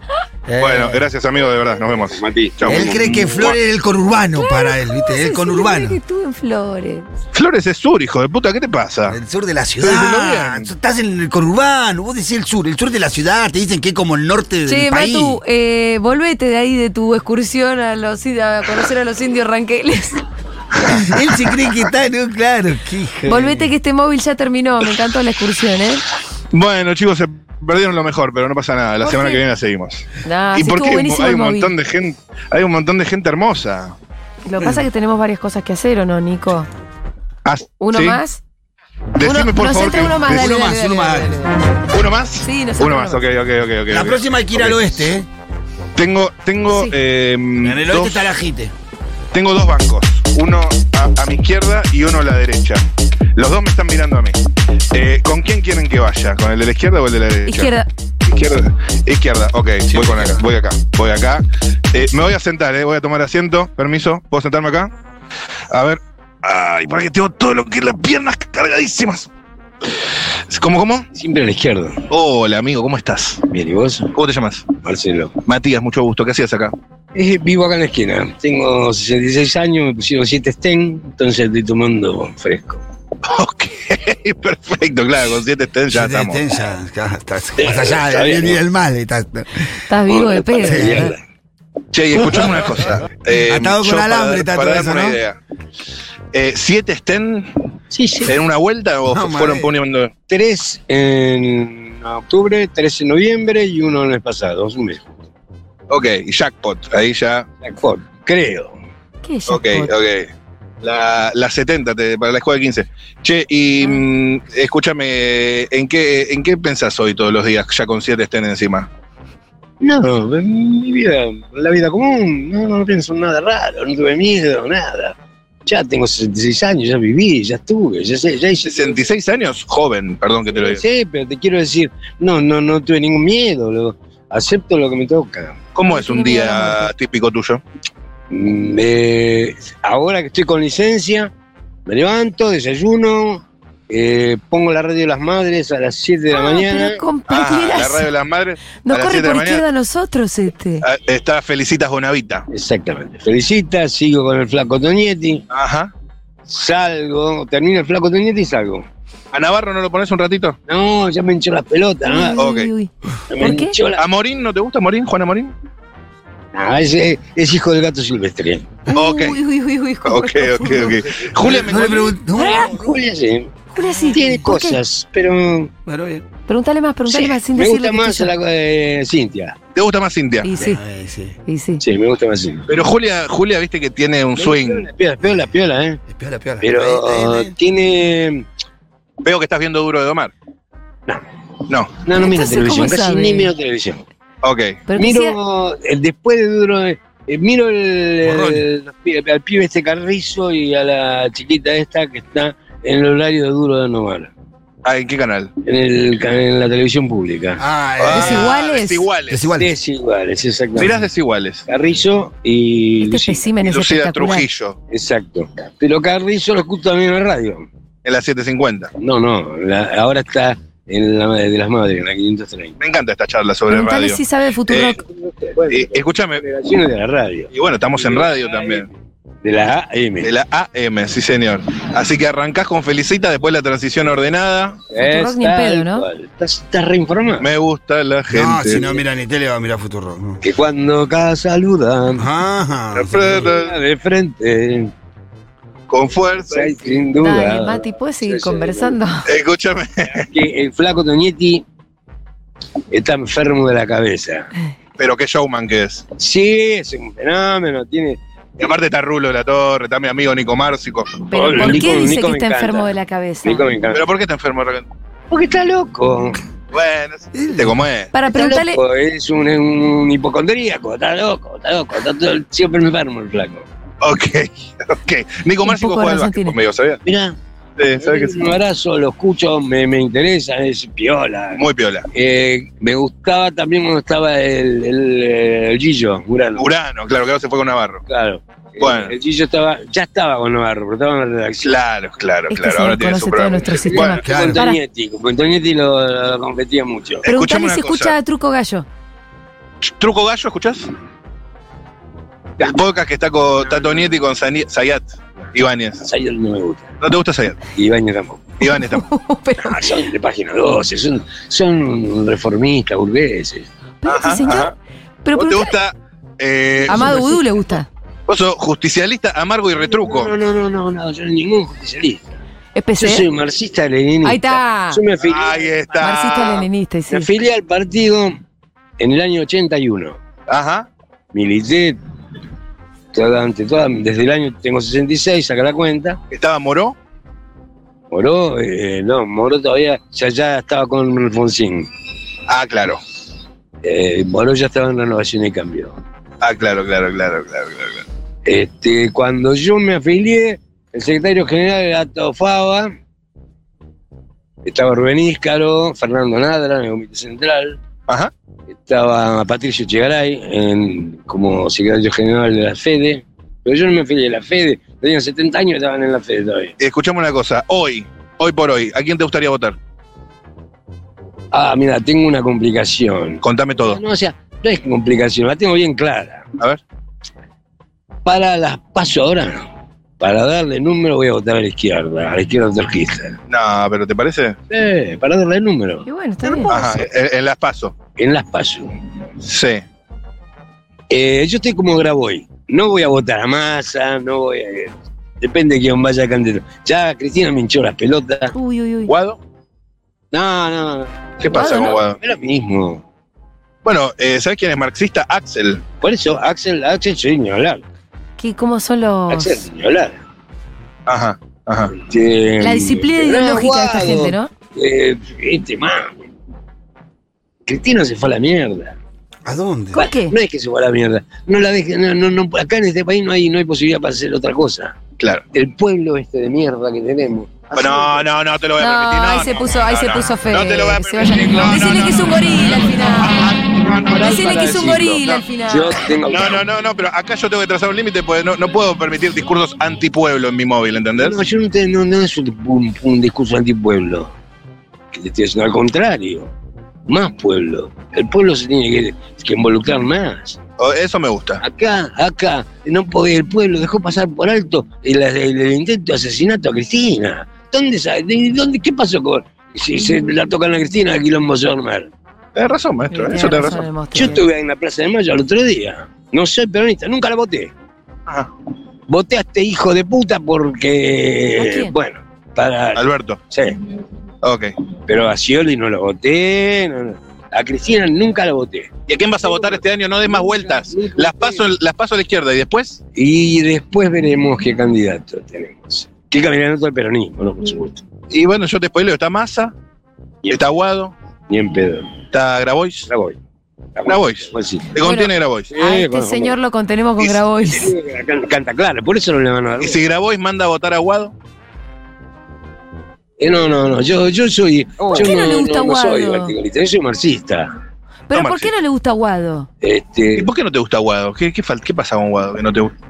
[SPEAKER 7] Bueno, gracias, amigo, de verdad. Nos vemos.
[SPEAKER 15] Mati,
[SPEAKER 7] Chau.
[SPEAKER 2] Él cree que Flores es el conurbano para él, ¿viste? El
[SPEAKER 1] que
[SPEAKER 2] conurbano.
[SPEAKER 1] estuve en Flores.
[SPEAKER 7] Flores es sur, hijo de puta. ¿Qué te pasa?
[SPEAKER 2] El sur de la
[SPEAKER 7] Pero
[SPEAKER 2] ciudad.
[SPEAKER 7] bien.
[SPEAKER 2] Estás en el conurbano. Vos decís el sur. El sur de la ciudad. Te dicen que es como el norte del
[SPEAKER 1] Che,
[SPEAKER 2] país.
[SPEAKER 1] Matu, eh, volvete de ahí de tu excursión a, los, a conocer a los indios ranqueles.
[SPEAKER 2] Él se cree que está, ¿no? Claro, qué hijo de-
[SPEAKER 1] volvete que este móvil ya terminó, me encantó la excursión, ¿eh?
[SPEAKER 7] Bueno, chicos, se perdieron lo mejor, pero no pasa nada. La
[SPEAKER 1] ¿Por
[SPEAKER 7] semana
[SPEAKER 1] qué?
[SPEAKER 7] que viene la seguimos.
[SPEAKER 1] Nah, Ah, sí,
[SPEAKER 7] ¿Y por
[SPEAKER 1] estuvo
[SPEAKER 7] qué?
[SPEAKER 1] buenísimo
[SPEAKER 7] Hay
[SPEAKER 1] el
[SPEAKER 7] un
[SPEAKER 1] móvil.
[SPEAKER 7] montón de gente, hay un montón de gente hermosa.
[SPEAKER 1] Lo que pasa es que tenemos varias cosas que hacer, ¿o no, Nico?
[SPEAKER 7] Ah,
[SPEAKER 1] ¿Uno
[SPEAKER 7] ¿sí?
[SPEAKER 1] más?
[SPEAKER 7] Decime,
[SPEAKER 1] uno,
[SPEAKER 7] por
[SPEAKER 1] nos
[SPEAKER 7] favor,
[SPEAKER 1] entra
[SPEAKER 7] que-
[SPEAKER 1] uno más,
[SPEAKER 7] de-
[SPEAKER 1] dale,
[SPEAKER 2] uno
[SPEAKER 1] dale,
[SPEAKER 2] más,
[SPEAKER 1] dale,
[SPEAKER 2] uno
[SPEAKER 1] dale,
[SPEAKER 2] más.
[SPEAKER 1] dale, dale.
[SPEAKER 7] ¿Uno más?
[SPEAKER 1] Sí, nos entra
[SPEAKER 7] Uno más, ok, ok, ok. ok,
[SPEAKER 2] La
[SPEAKER 7] ok.
[SPEAKER 2] próxima hay que ir
[SPEAKER 7] Ok.
[SPEAKER 2] al oeste, ¿eh?
[SPEAKER 7] Tengo, tengo,
[SPEAKER 1] Sí.
[SPEAKER 7] eh,
[SPEAKER 2] En el oeste
[SPEAKER 7] dos,
[SPEAKER 2] está la jite.
[SPEAKER 7] tengo dos bancos. Uno a, a mi izquierda y uno a la derecha. Los dos me están mirando a mí. Eh, ¿Con quién quieren que vaya? ¿Con el de la izquierda o el de la derecha?
[SPEAKER 1] Izquierda.
[SPEAKER 7] Izquierda. Izquierda, ok. voy con acá, voy acá, voy acá. Eh, me voy a sentar, eh, voy a tomar asiento. Permiso, ¿puedo sentarme acá? A ver. Ay, para que tengo todo lo que las piernas cargadísimas. ¿Cómo, cómo?
[SPEAKER 16] Siempre a la izquierda.
[SPEAKER 7] Hola, amigo, ¿cómo estás?
[SPEAKER 16] Bien, ¿y vos?
[SPEAKER 7] ¿Cómo te llamas?
[SPEAKER 16] Marcelo.
[SPEAKER 7] Matías, mucho gusto. ¿Qué hacías acá?
[SPEAKER 16] Eh, vivo acá en la esquina. Tengo 66 años, me pusieron 7 Sten, entonces estoy tomando fresco.
[SPEAKER 7] Ok, perfecto, claro, con 7 Sten
[SPEAKER 3] Siete
[SPEAKER 7] ya estamos.
[SPEAKER 3] Sten
[SPEAKER 7] ya, estás
[SPEAKER 3] más allá del bien y del mal. Estás,
[SPEAKER 1] Estás vivo de pedo.
[SPEAKER 2] ¿eh?
[SPEAKER 1] ¿verdad?
[SPEAKER 7] Che, y escuchame una cosa. Eh,
[SPEAKER 3] Atado con
[SPEAKER 7] yo, para-
[SPEAKER 3] alambre está
[SPEAKER 7] para
[SPEAKER 3] todo
[SPEAKER 7] darme
[SPEAKER 3] eso,
[SPEAKER 7] una
[SPEAKER 3] ¿no?
[SPEAKER 7] idea. Eh, ¿Siete estén en una vuelta o
[SPEAKER 16] No,
[SPEAKER 7] fueron
[SPEAKER 16] madre.
[SPEAKER 7] poniendo?
[SPEAKER 16] 3 en octubre, 3 en noviembre y uno el mes pasado, un mes.
[SPEAKER 7] Ok, y jackpot, ahí ya.
[SPEAKER 16] Jackpot, creo.
[SPEAKER 1] ¿Qué es
[SPEAKER 7] Ok,
[SPEAKER 1] jackpot?
[SPEAKER 7] ok. La, la 70 te- para la escuela de 15. Che,
[SPEAKER 1] Ah.
[SPEAKER 7] y mm, escúchame, ¿en qué, ¿en qué pensás hoy todos los días ya con siete estén encima?
[SPEAKER 16] No, en mi vida, la vida común, no, no pienso en nada raro, no tuve miedo, nada. Ya tengo 66 años, ya viví, ya estuve, ya sé, ya hice.
[SPEAKER 7] 66 años, joven, perdón que te lo diga.
[SPEAKER 16] Sí, pero te quiero decir, no, no, no tuve ningún miedo, lo- acepto lo que me toca.
[SPEAKER 7] ¿Cómo es un día típico tuyo?
[SPEAKER 16] Mm, eh, ahora que estoy con licencia, me levanto, desayuno, eh, pongo la radio de las madres a las 7 de la
[SPEAKER 1] Ah,
[SPEAKER 16] mañana.
[SPEAKER 1] pero compañeras.
[SPEAKER 7] la radio de las madres.
[SPEAKER 1] Nos
[SPEAKER 7] a las
[SPEAKER 1] corre
[SPEAKER 7] 7 de
[SPEAKER 1] por
[SPEAKER 7] la mañana
[SPEAKER 1] izquierda a nosotros este.
[SPEAKER 7] Ah, está Felicitas Bonavita.
[SPEAKER 16] Exactamente. Felicita, sigo con el flaco Tonietti.
[SPEAKER 7] Ajá.
[SPEAKER 16] Salgo, termino el flaco Tonietti y salgo.
[SPEAKER 7] ¿A Navarro no lo pones un ratito?
[SPEAKER 16] No, ya me hinchó las pelotas.
[SPEAKER 1] Uy,
[SPEAKER 16] ¿no?
[SPEAKER 1] uy, uy.
[SPEAKER 16] Ya me
[SPEAKER 1] ¿Por qué?
[SPEAKER 16] hinchó la-
[SPEAKER 7] ¿A Morín no te gusta Morín, Juana Morín?
[SPEAKER 16] Ah, ese es hijo del gato silvestre.
[SPEAKER 7] Ok,
[SPEAKER 1] Uy, uy, uy, uy. cómo
[SPEAKER 7] ok,
[SPEAKER 1] lo
[SPEAKER 7] ok,
[SPEAKER 1] pudo.
[SPEAKER 7] ok. Julia, me
[SPEAKER 3] No le pregunto.
[SPEAKER 1] Pará,
[SPEAKER 16] Ah, Julia sí,
[SPEAKER 1] Julia, sí.
[SPEAKER 16] tiene
[SPEAKER 1] ¿Por qué?
[SPEAKER 16] cosas, pero
[SPEAKER 3] Bueno, bien.
[SPEAKER 1] Preguntale más, preguntale
[SPEAKER 16] sí,
[SPEAKER 1] más sin
[SPEAKER 16] me
[SPEAKER 1] decirle
[SPEAKER 16] gusta
[SPEAKER 1] que
[SPEAKER 16] más
[SPEAKER 1] estoy yo.
[SPEAKER 16] la eh, Cintia.
[SPEAKER 7] ¿Te gusta más Cintia?
[SPEAKER 1] Y sí,
[SPEAKER 3] Ahí sí.
[SPEAKER 1] y sí.
[SPEAKER 16] Sí, me gusta más Cintia.
[SPEAKER 7] Pero Julia, Julia, viste que tiene un swing.
[SPEAKER 16] Piola, Piola, piola, piola, ¿eh?
[SPEAKER 3] Es piola, piola. Ahí, ahí,
[SPEAKER 16] Pero
[SPEAKER 3] ahí.
[SPEAKER 16] tiene...
[SPEAKER 7] Veo que estás viendo Duro de Domar. No. No.
[SPEAKER 16] No, no miro
[SPEAKER 1] Entonces, ¿cómo
[SPEAKER 16] televisión, casi
[SPEAKER 1] sabe?
[SPEAKER 16] ni miro televisión.
[SPEAKER 7] Ok.
[SPEAKER 1] Pero que sea-
[SPEAKER 16] Miro, el después de duro, eh, eh, miro el,
[SPEAKER 3] Borrón.
[SPEAKER 16] el- los pibes- al pibe este Carrizo y a la chiquita esta que está en el horario de duro de Novar,
[SPEAKER 7] Ah, ¿en qué canal?
[SPEAKER 16] en, el, can- en la televisión pública.
[SPEAKER 3] Ah,
[SPEAKER 1] Desiguales.
[SPEAKER 7] Desiguales.
[SPEAKER 3] desigual.
[SPEAKER 16] Desiguales, exactamente.
[SPEAKER 7] Mirás desiguales.
[SPEAKER 16] Carrizo y
[SPEAKER 1] Este
[SPEAKER 16] Lucía.
[SPEAKER 1] espécimen es
[SPEAKER 7] Lucía
[SPEAKER 1] espectacular.
[SPEAKER 7] Trujillo,
[SPEAKER 16] Exacto. Pero Carrizo lo escucho también en la radio.
[SPEAKER 7] en la 750.
[SPEAKER 16] No, no, la- ahora está en la de las madres, en la 530.
[SPEAKER 7] Me encanta esta charla sobre
[SPEAKER 1] Preguntale
[SPEAKER 7] radio.
[SPEAKER 1] si sabe de Futurock.
[SPEAKER 16] Bueno,
[SPEAKER 7] Eh, escúchame,
[SPEAKER 16] generaciones de la radio.
[SPEAKER 7] y bueno, estamos en radio también.
[SPEAKER 16] De la AM.
[SPEAKER 7] De la AM, sí señor. Así que arrancás con Felicita, después la transición ordenada.
[SPEAKER 1] Futurock
[SPEAKER 16] Es
[SPEAKER 1] ni en pedo,
[SPEAKER 16] tal
[SPEAKER 1] ¿no?
[SPEAKER 16] cual. Estás, estás reinformado.
[SPEAKER 7] Me gusta la gente.
[SPEAKER 3] No, si no mira ni tele, va a mirar Futuro.
[SPEAKER 16] Que cuando acá saludan
[SPEAKER 3] Ajá.
[SPEAKER 16] de frente,
[SPEAKER 7] Con fuerza.
[SPEAKER 16] sí, sin
[SPEAKER 1] Dale,
[SPEAKER 16] duda.
[SPEAKER 1] Mati, ¿puedes seguir
[SPEAKER 16] Sí, sí,
[SPEAKER 1] conversando?
[SPEAKER 7] Escúchame.
[SPEAKER 16] Que el flaco Toñetti está enfermo de la cabeza.
[SPEAKER 1] Eh.
[SPEAKER 7] Pero qué showman que es.
[SPEAKER 16] Sí, es un fenómeno, tiene.
[SPEAKER 7] Y aparte está Rulo de la Torre, está mi amigo Nico Márcico.
[SPEAKER 1] Pero
[SPEAKER 16] Hola,
[SPEAKER 1] ¿por
[SPEAKER 16] Nico-
[SPEAKER 1] qué dice
[SPEAKER 16] Nico
[SPEAKER 1] que
[SPEAKER 16] me
[SPEAKER 1] está
[SPEAKER 16] encanta.
[SPEAKER 1] enfermo de la cabeza?
[SPEAKER 16] Nico me encanta.
[SPEAKER 7] ¿Pero por qué está enfermo de repente?
[SPEAKER 16] Porque está loco.
[SPEAKER 7] Bueno, te como es.
[SPEAKER 1] Para
[SPEAKER 16] Está
[SPEAKER 1] preguntarle,
[SPEAKER 16] loco, es un, un hipocondríaco, está loco, está loco, está todo- siempre enfermo el flaco.
[SPEAKER 7] Ok, ok. Nico
[SPEAKER 1] Un
[SPEAKER 7] Márcico
[SPEAKER 1] poco
[SPEAKER 7] juega al
[SPEAKER 1] razón
[SPEAKER 7] básquet
[SPEAKER 1] tiene.
[SPEAKER 7] conmigo, ¿sabías?
[SPEAKER 16] Mirá, Eh,
[SPEAKER 7] Sí, ¿sabes que sí?
[SPEAKER 16] un abrazo, lo escucho, me, me interesa, es piola.
[SPEAKER 7] Muy piola.
[SPEAKER 16] Eh, me gustaba también cuando estaba el, el, eh, el Gillo, Urano.
[SPEAKER 7] Urano, claro, que ahora se fue con Navarro.
[SPEAKER 16] Claro. Eh,
[SPEAKER 7] Bueno.
[SPEAKER 16] El Gillo estaba, ya estaba con Navarro, pero estaba en la redacción.
[SPEAKER 7] Claro, claro,
[SPEAKER 1] Este
[SPEAKER 7] claro.
[SPEAKER 1] señor
[SPEAKER 7] Ahora tiene
[SPEAKER 1] conoce
[SPEAKER 7] su
[SPEAKER 1] todo
[SPEAKER 7] programa.
[SPEAKER 1] nuestro sistema.
[SPEAKER 7] Bueno,
[SPEAKER 16] Con
[SPEAKER 3] Claro.
[SPEAKER 16] Tonietti, con Tonietti lo, lo competía mucho.
[SPEAKER 7] escuchame
[SPEAKER 1] preguntarle
[SPEAKER 7] una
[SPEAKER 1] si escucha
[SPEAKER 7] cosa.
[SPEAKER 1] a Truco Gallo.
[SPEAKER 7] ¿Truco Gallo escuchás? El podcast que está con Tato Nietti y con Sani- Zayat Ibáñez.
[SPEAKER 16] Sayol no me gusta.
[SPEAKER 7] ¿No te gusta Zayat?
[SPEAKER 16] Y Ibañez tampoco.
[SPEAKER 7] Ibáñez tampoco.
[SPEAKER 1] Pero,
[SPEAKER 16] Ah, son de página 12, son, son reformistas, burgueses.
[SPEAKER 1] pero este señor. Pero
[SPEAKER 7] ¿Vos te
[SPEAKER 1] preguntale-
[SPEAKER 7] gusta? eh,
[SPEAKER 1] Amado Vudú le gusta.
[SPEAKER 7] Vos sos justicialista, amargo y retruco.
[SPEAKER 16] No, no, no, no, no, yo no soy ningún justicialista.
[SPEAKER 1] Es
[SPEAKER 16] Yo soy
[SPEAKER 1] PC.
[SPEAKER 16] un marxista leninista.
[SPEAKER 1] Ahí está.
[SPEAKER 16] Yo me afilié,
[SPEAKER 7] Ahí
[SPEAKER 1] Marxista
[SPEAKER 7] está.
[SPEAKER 1] leninista, y
[SPEAKER 16] me
[SPEAKER 1] sí.
[SPEAKER 16] afilié al partido en el año 81.
[SPEAKER 7] Ajá.
[SPEAKER 16] Milité toda- ante toda- desde el año, tengo 66, saca la cuenta.
[SPEAKER 7] ¿Estaba Moró?
[SPEAKER 16] Moró, eh, no, Moró todavía, ya, ya estaba con Alfonsín.
[SPEAKER 7] Ah, claro.
[SPEAKER 16] Eh, Moró ya estaba en Renovación y Cambio.
[SPEAKER 7] Ah, claro, claro, claro, claro, claro. claro.
[SPEAKER 16] Este, cuando yo me afilié, el secretario general era Tofaba, estaba Rubén Íscaro, Fernando Nadra en el Comité Central,
[SPEAKER 7] Ajá.
[SPEAKER 16] estaba Patricio Chegaray en- como secretario general de la FEDE, pero yo no me afilié a la FEDE, tenían 70 años y estaban en la FEDE todavía.
[SPEAKER 7] Escuchame una cosa. Hoy, hoy por hoy, ¿a quién te gustaría votar?
[SPEAKER 16] Ah, mira, tengo una complicación.
[SPEAKER 7] Contame todo.
[SPEAKER 16] No, o sea, no es complicación, la tengo bien clara.
[SPEAKER 7] A ver.
[SPEAKER 16] Para las paso ahora no. Para darle número voy a votar a la izquierda, a la izquierda anarquista.
[SPEAKER 7] No, pero ¿te parece?
[SPEAKER 16] Eh, para darle número.
[SPEAKER 1] Y bueno, está bien.
[SPEAKER 7] Ajá, en, en las paso.
[SPEAKER 16] En las paso.
[SPEAKER 7] Sí.
[SPEAKER 16] Eh, yo estoy como Graboy. No voy a votar a Massa, no voy a. eh, Depende de quién vaya candidato. Ya Cristina me hinchó las pelotas.
[SPEAKER 1] Uy, uy, uy.
[SPEAKER 7] ¿Guado?
[SPEAKER 16] No, no, no.
[SPEAKER 7] ¿Qué pasa
[SPEAKER 16] Guado,
[SPEAKER 7] con
[SPEAKER 16] no,
[SPEAKER 7] Guado?
[SPEAKER 16] Es lo mismo.
[SPEAKER 7] Bueno, eh, ¿sabes quién es marxista? Axel.
[SPEAKER 16] Por eso, Axel, Axel soy ni hablar.
[SPEAKER 1] ¿Qué, ¿Cómo son los...?
[SPEAKER 16] Axel, ni hablar.
[SPEAKER 7] Ajá, ajá.
[SPEAKER 16] Este,
[SPEAKER 1] La disciplina
[SPEAKER 16] pero no,
[SPEAKER 1] ideológica de esta
[SPEAKER 16] Guado,
[SPEAKER 1] gente, ¿no?
[SPEAKER 16] eh, este mami. Cristina se fue a la mierda.
[SPEAKER 3] ¿A dónde?
[SPEAKER 1] ¿Por qué?
[SPEAKER 16] No es que se fue a la mierda. No la deje- no, no, no, acá en este país no hay, no hay posibilidad para hacer otra cosa.
[SPEAKER 7] Claro.
[SPEAKER 16] El pueblo este de mierda que tenemos.
[SPEAKER 7] No, no, no te lo voy a
[SPEAKER 1] No,
[SPEAKER 7] permitir. No,
[SPEAKER 1] ahí se
[SPEAKER 7] no,
[SPEAKER 1] puso,
[SPEAKER 7] no,
[SPEAKER 1] ahí
[SPEAKER 7] no,
[SPEAKER 1] se
[SPEAKER 7] no.
[SPEAKER 1] puso feo.
[SPEAKER 7] No te lo voy a
[SPEAKER 1] Se vaya-
[SPEAKER 7] permitir. No, no,
[SPEAKER 1] Decirle
[SPEAKER 7] no,
[SPEAKER 1] que es un
[SPEAKER 7] no.
[SPEAKER 1] gorila al final.
[SPEAKER 7] No, no, no.
[SPEAKER 1] Decirle que es un
[SPEAKER 16] para
[SPEAKER 1] gorila al
[SPEAKER 16] decirlo.
[SPEAKER 1] final.
[SPEAKER 16] Yo tengo.
[SPEAKER 7] No, no, no, no, pero acá yo tengo que trazar un límite porque no, no puedo permitir discursos antipueblo en mi móvil, ¿entendés?
[SPEAKER 16] No, yo no, te- no- no es un, un- un discurso antipueblo. Que te estoy diciendo al contrario. Más pueblo. El pueblo se tiene que, que involucrar más.
[SPEAKER 7] O- Oh, Eso me gusta.
[SPEAKER 16] Acá, acá, no podés- el pueblo dejó pasar por alto el, el- el intento de asesinato a Cristina. ¿Dónde, sa- de- dónde ¿Qué pasó con.? Si se la tocan a Cristina, el quilombo se va a armar.
[SPEAKER 7] Tenés razón, maestro.
[SPEAKER 1] Tiene
[SPEAKER 7] Eso tenés
[SPEAKER 1] razón
[SPEAKER 7] razón.
[SPEAKER 1] el monstruo.
[SPEAKER 16] Yo estuve en la Plaza de Mayo el otro día. No soy peronista, nunca la voté.
[SPEAKER 1] Ah.
[SPEAKER 7] Ajá.
[SPEAKER 16] Voté a este hijo de puta
[SPEAKER 1] ¿A
[SPEAKER 16] porque.
[SPEAKER 1] quién?
[SPEAKER 16] Bueno, para.
[SPEAKER 7] Alberto.
[SPEAKER 16] Sí.
[SPEAKER 7] Ok.
[SPEAKER 16] Pero a Scioli no la voté. no, no. A Cristina nunca la voté.
[SPEAKER 7] ¿Y a quién vas a votar este año? No des más vueltas.
[SPEAKER 16] Nunca, nunca
[SPEAKER 7] Las paso, las paso a la izquierda y después.
[SPEAKER 16] Y después veremos qué candidato tenemos. Que candidato al peronismo, no, por supuesto.
[SPEAKER 7] Y bueno, yo te spoileo. Está Massa, está Guado,
[SPEAKER 16] Ni en pedo.
[SPEAKER 7] está Grabois.
[SPEAKER 16] La voy.
[SPEAKER 7] La Boys.
[SPEAKER 16] Pues sí.
[SPEAKER 7] Te contiene Grabois.
[SPEAKER 1] A
[SPEAKER 16] Eh,
[SPEAKER 1] este
[SPEAKER 16] bueno,
[SPEAKER 1] señor lo contenemos con Grabois.
[SPEAKER 16] bueno. Can- Canta claro, por eso no le van a dar.
[SPEAKER 7] ¿Y si Grabois manda a votar a Guado?
[SPEAKER 16] Eh, no, no, no. Yo, yo soy. yo
[SPEAKER 1] qué no le gusta
[SPEAKER 16] soy
[SPEAKER 1] Guado?
[SPEAKER 16] anticomunista, yo soy marxista.
[SPEAKER 1] ¿Pero
[SPEAKER 7] no,
[SPEAKER 1] por qué
[SPEAKER 7] Maxi.
[SPEAKER 1] no le gusta Guado?
[SPEAKER 16] Este,
[SPEAKER 7] ¿Y por qué no te gusta Guado? ¿Qué, qué, fal- qué pasa con Guado que no te gusta?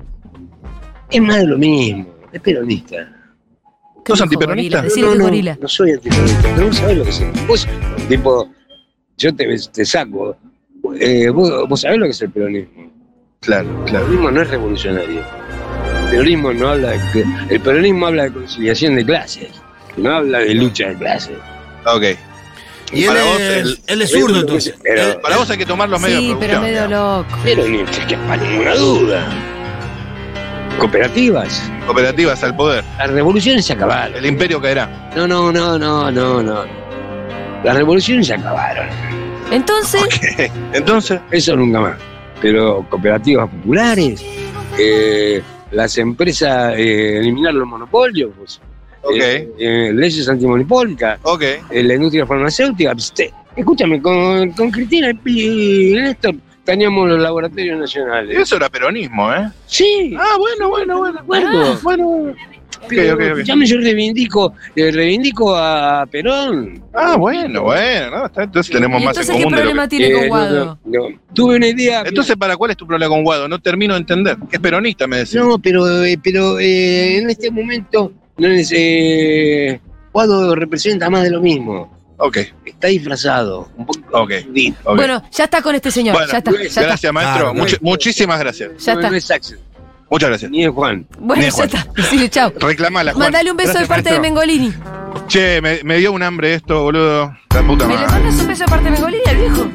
[SPEAKER 16] es más de lo mismo. Es peronista.
[SPEAKER 1] ¿Qué
[SPEAKER 7] ¿No es
[SPEAKER 1] dijo
[SPEAKER 7] antiperonista?
[SPEAKER 1] gorila? Decirle
[SPEAKER 16] no,
[SPEAKER 1] que es
[SPEAKER 16] no,
[SPEAKER 1] gorila.
[SPEAKER 16] No soy antiperonista. Pero vos sabés lo que es. Vos, tipo, yo te, te saco. Eh, vos, vos sabés lo que es el peronismo.
[SPEAKER 7] Claro,
[SPEAKER 16] El
[SPEAKER 7] claro.
[SPEAKER 16] peronismo no es revolucionario. El peronismo no habla de, el peronismo habla de conciliación de clases, no habla de lucha de clases.
[SPEAKER 7] Ok.
[SPEAKER 3] Y él
[SPEAKER 7] Para vos,
[SPEAKER 3] es,
[SPEAKER 7] el-
[SPEAKER 3] él es zurdo, entonces.
[SPEAKER 16] Pero,
[SPEAKER 7] Para vos hay que tomar los medios
[SPEAKER 1] Sí,
[SPEAKER 7] de
[SPEAKER 1] pero
[SPEAKER 7] producción.
[SPEAKER 1] medio loco.
[SPEAKER 16] pero ni que para ninguna duda. Cooperativas,
[SPEAKER 7] Cooperativas al poder.
[SPEAKER 16] las revoluciones se acabaron.
[SPEAKER 7] El imperio caerá.
[SPEAKER 16] No, no, no, no, no, no. Las revoluciones se acabaron.
[SPEAKER 1] Entonces,
[SPEAKER 7] Entonces,
[SPEAKER 16] Eso nunca más. Pero cooperativas populares, eh, las empresas, eh, eliminar los monopolios, pues,
[SPEAKER 7] ok,
[SPEAKER 16] eh, eh, leyes antimonopólicas,
[SPEAKER 7] ok.
[SPEAKER 16] en la industria farmacéutica. pues, te- escúchame, con, con Cristina y Pi- y Néstor teníamos los laboratorios nacionales.
[SPEAKER 7] Eso era peronismo, ¿eh?
[SPEAKER 16] Sí,
[SPEAKER 7] Ah, bueno, bueno, bueno.
[SPEAKER 16] Bueno.
[SPEAKER 7] bueno. Ok, ok, ok.
[SPEAKER 16] escúchame, yo reivindico, eh, reivindico a Perón.
[SPEAKER 7] Ah, bueno, bueno. no, está- Entonces tenemos
[SPEAKER 1] ¿y
[SPEAKER 7] más en
[SPEAKER 1] entonces qué
[SPEAKER 7] común de lo que...
[SPEAKER 1] problema tiene
[SPEAKER 16] Eh,
[SPEAKER 1] con
[SPEAKER 16] no,
[SPEAKER 1] Guado?
[SPEAKER 16] no, no. Tuve una idea.
[SPEAKER 7] Entonces, ¿para cuál es tu problema con Guado? No termino de entender. Es peronista, me decís.
[SPEAKER 16] no, pero, eh, pero eh, en este momento no es, eh, Guado representa más de lo mismo.
[SPEAKER 7] Ok,
[SPEAKER 16] Está disfrazado. Un poco
[SPEAKER 7] Ok.
[SPEAKER 16] confundido.
[SPEAKER 7] ok.
[SPEAKER 1] Bueno, ya está con este señor.
[SPEAKER 7] Bueno, pues,
[SPEAKER 1] ya está, ya está.
[SPEAKER 7] gracias, maestro.
[SPEAKER 3] Claro,
[SPEAKER 7] Muchi- Muchísimas gracias.
[SPEAKER 1] Ya
[SPEAKER 16] no,
[SPEAKER 1] está.
[SPEAKER 16] pues, no es Axel,
[SPEAKER 7] Muchas gracias.
[SPEAKER 16] ni es Juan.
[SPEAKER 1] Bueno,
[SPEAKER 7] Bien,
[SPEAKER 1] ya
[SPEAKER 7] Juan.
[SPEAKER 1] está. Sí, chao.
[SPEAKER 7] Reclamala, Juan.
[SPEAKER 1] Mandale un beso de
[SPEAKER 7] Gracias,
[SPEAKER 1] parte de
[SPEAKER 7] maestro.
[SPEAKER 1] Mengolini.
[SPEAKER 7] Che, me, me dio un hambre esto, boludo. La puta
[SPEAKER 1] ¿Me le
[SPEAKER 7] madre.
[SPEAKER 1] mandas un beso de parte de Mengolini al viejo?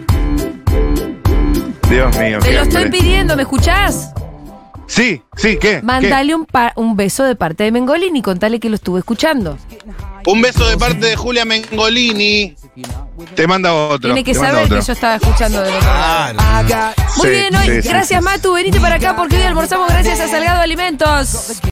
[SPEAKER 7] Dios mío.
[SPEAKER 1] Te
[SPEAKER 7] qué
[SPEAKER 1] lo estoy
[SPEAKER 7] hambre.
[SPEAKER 1] pidiendo, ¿me escuchás?
[SPEAKER 7] Sí, sí, ¿qué?
[SPEAKER 1] Mandale un, pa- un beso de parte de Mengolini, contale que lo estuve escuchando.
[SPEAKER 7] ¿Qué? Un beso de parte de Julia Mengolini. Te manda otro.
[SPEAKER 1] Tiene que
[SPEAKER 7] te manda
[SPEAKER 1] saber
[SPEAKER 7] otro.
[SPEAKER 1] que yo estaba escuchando de otro lado. Muy
[SPEAKER 7] Sí,
[SPEAKER 1] bien, hoy.
[SPEAKER 7] sí, sí,
[SPEAKER 1] gracias, Matu. Venite para acá porque hoy almorzamos gracias a Salgado Alimentos.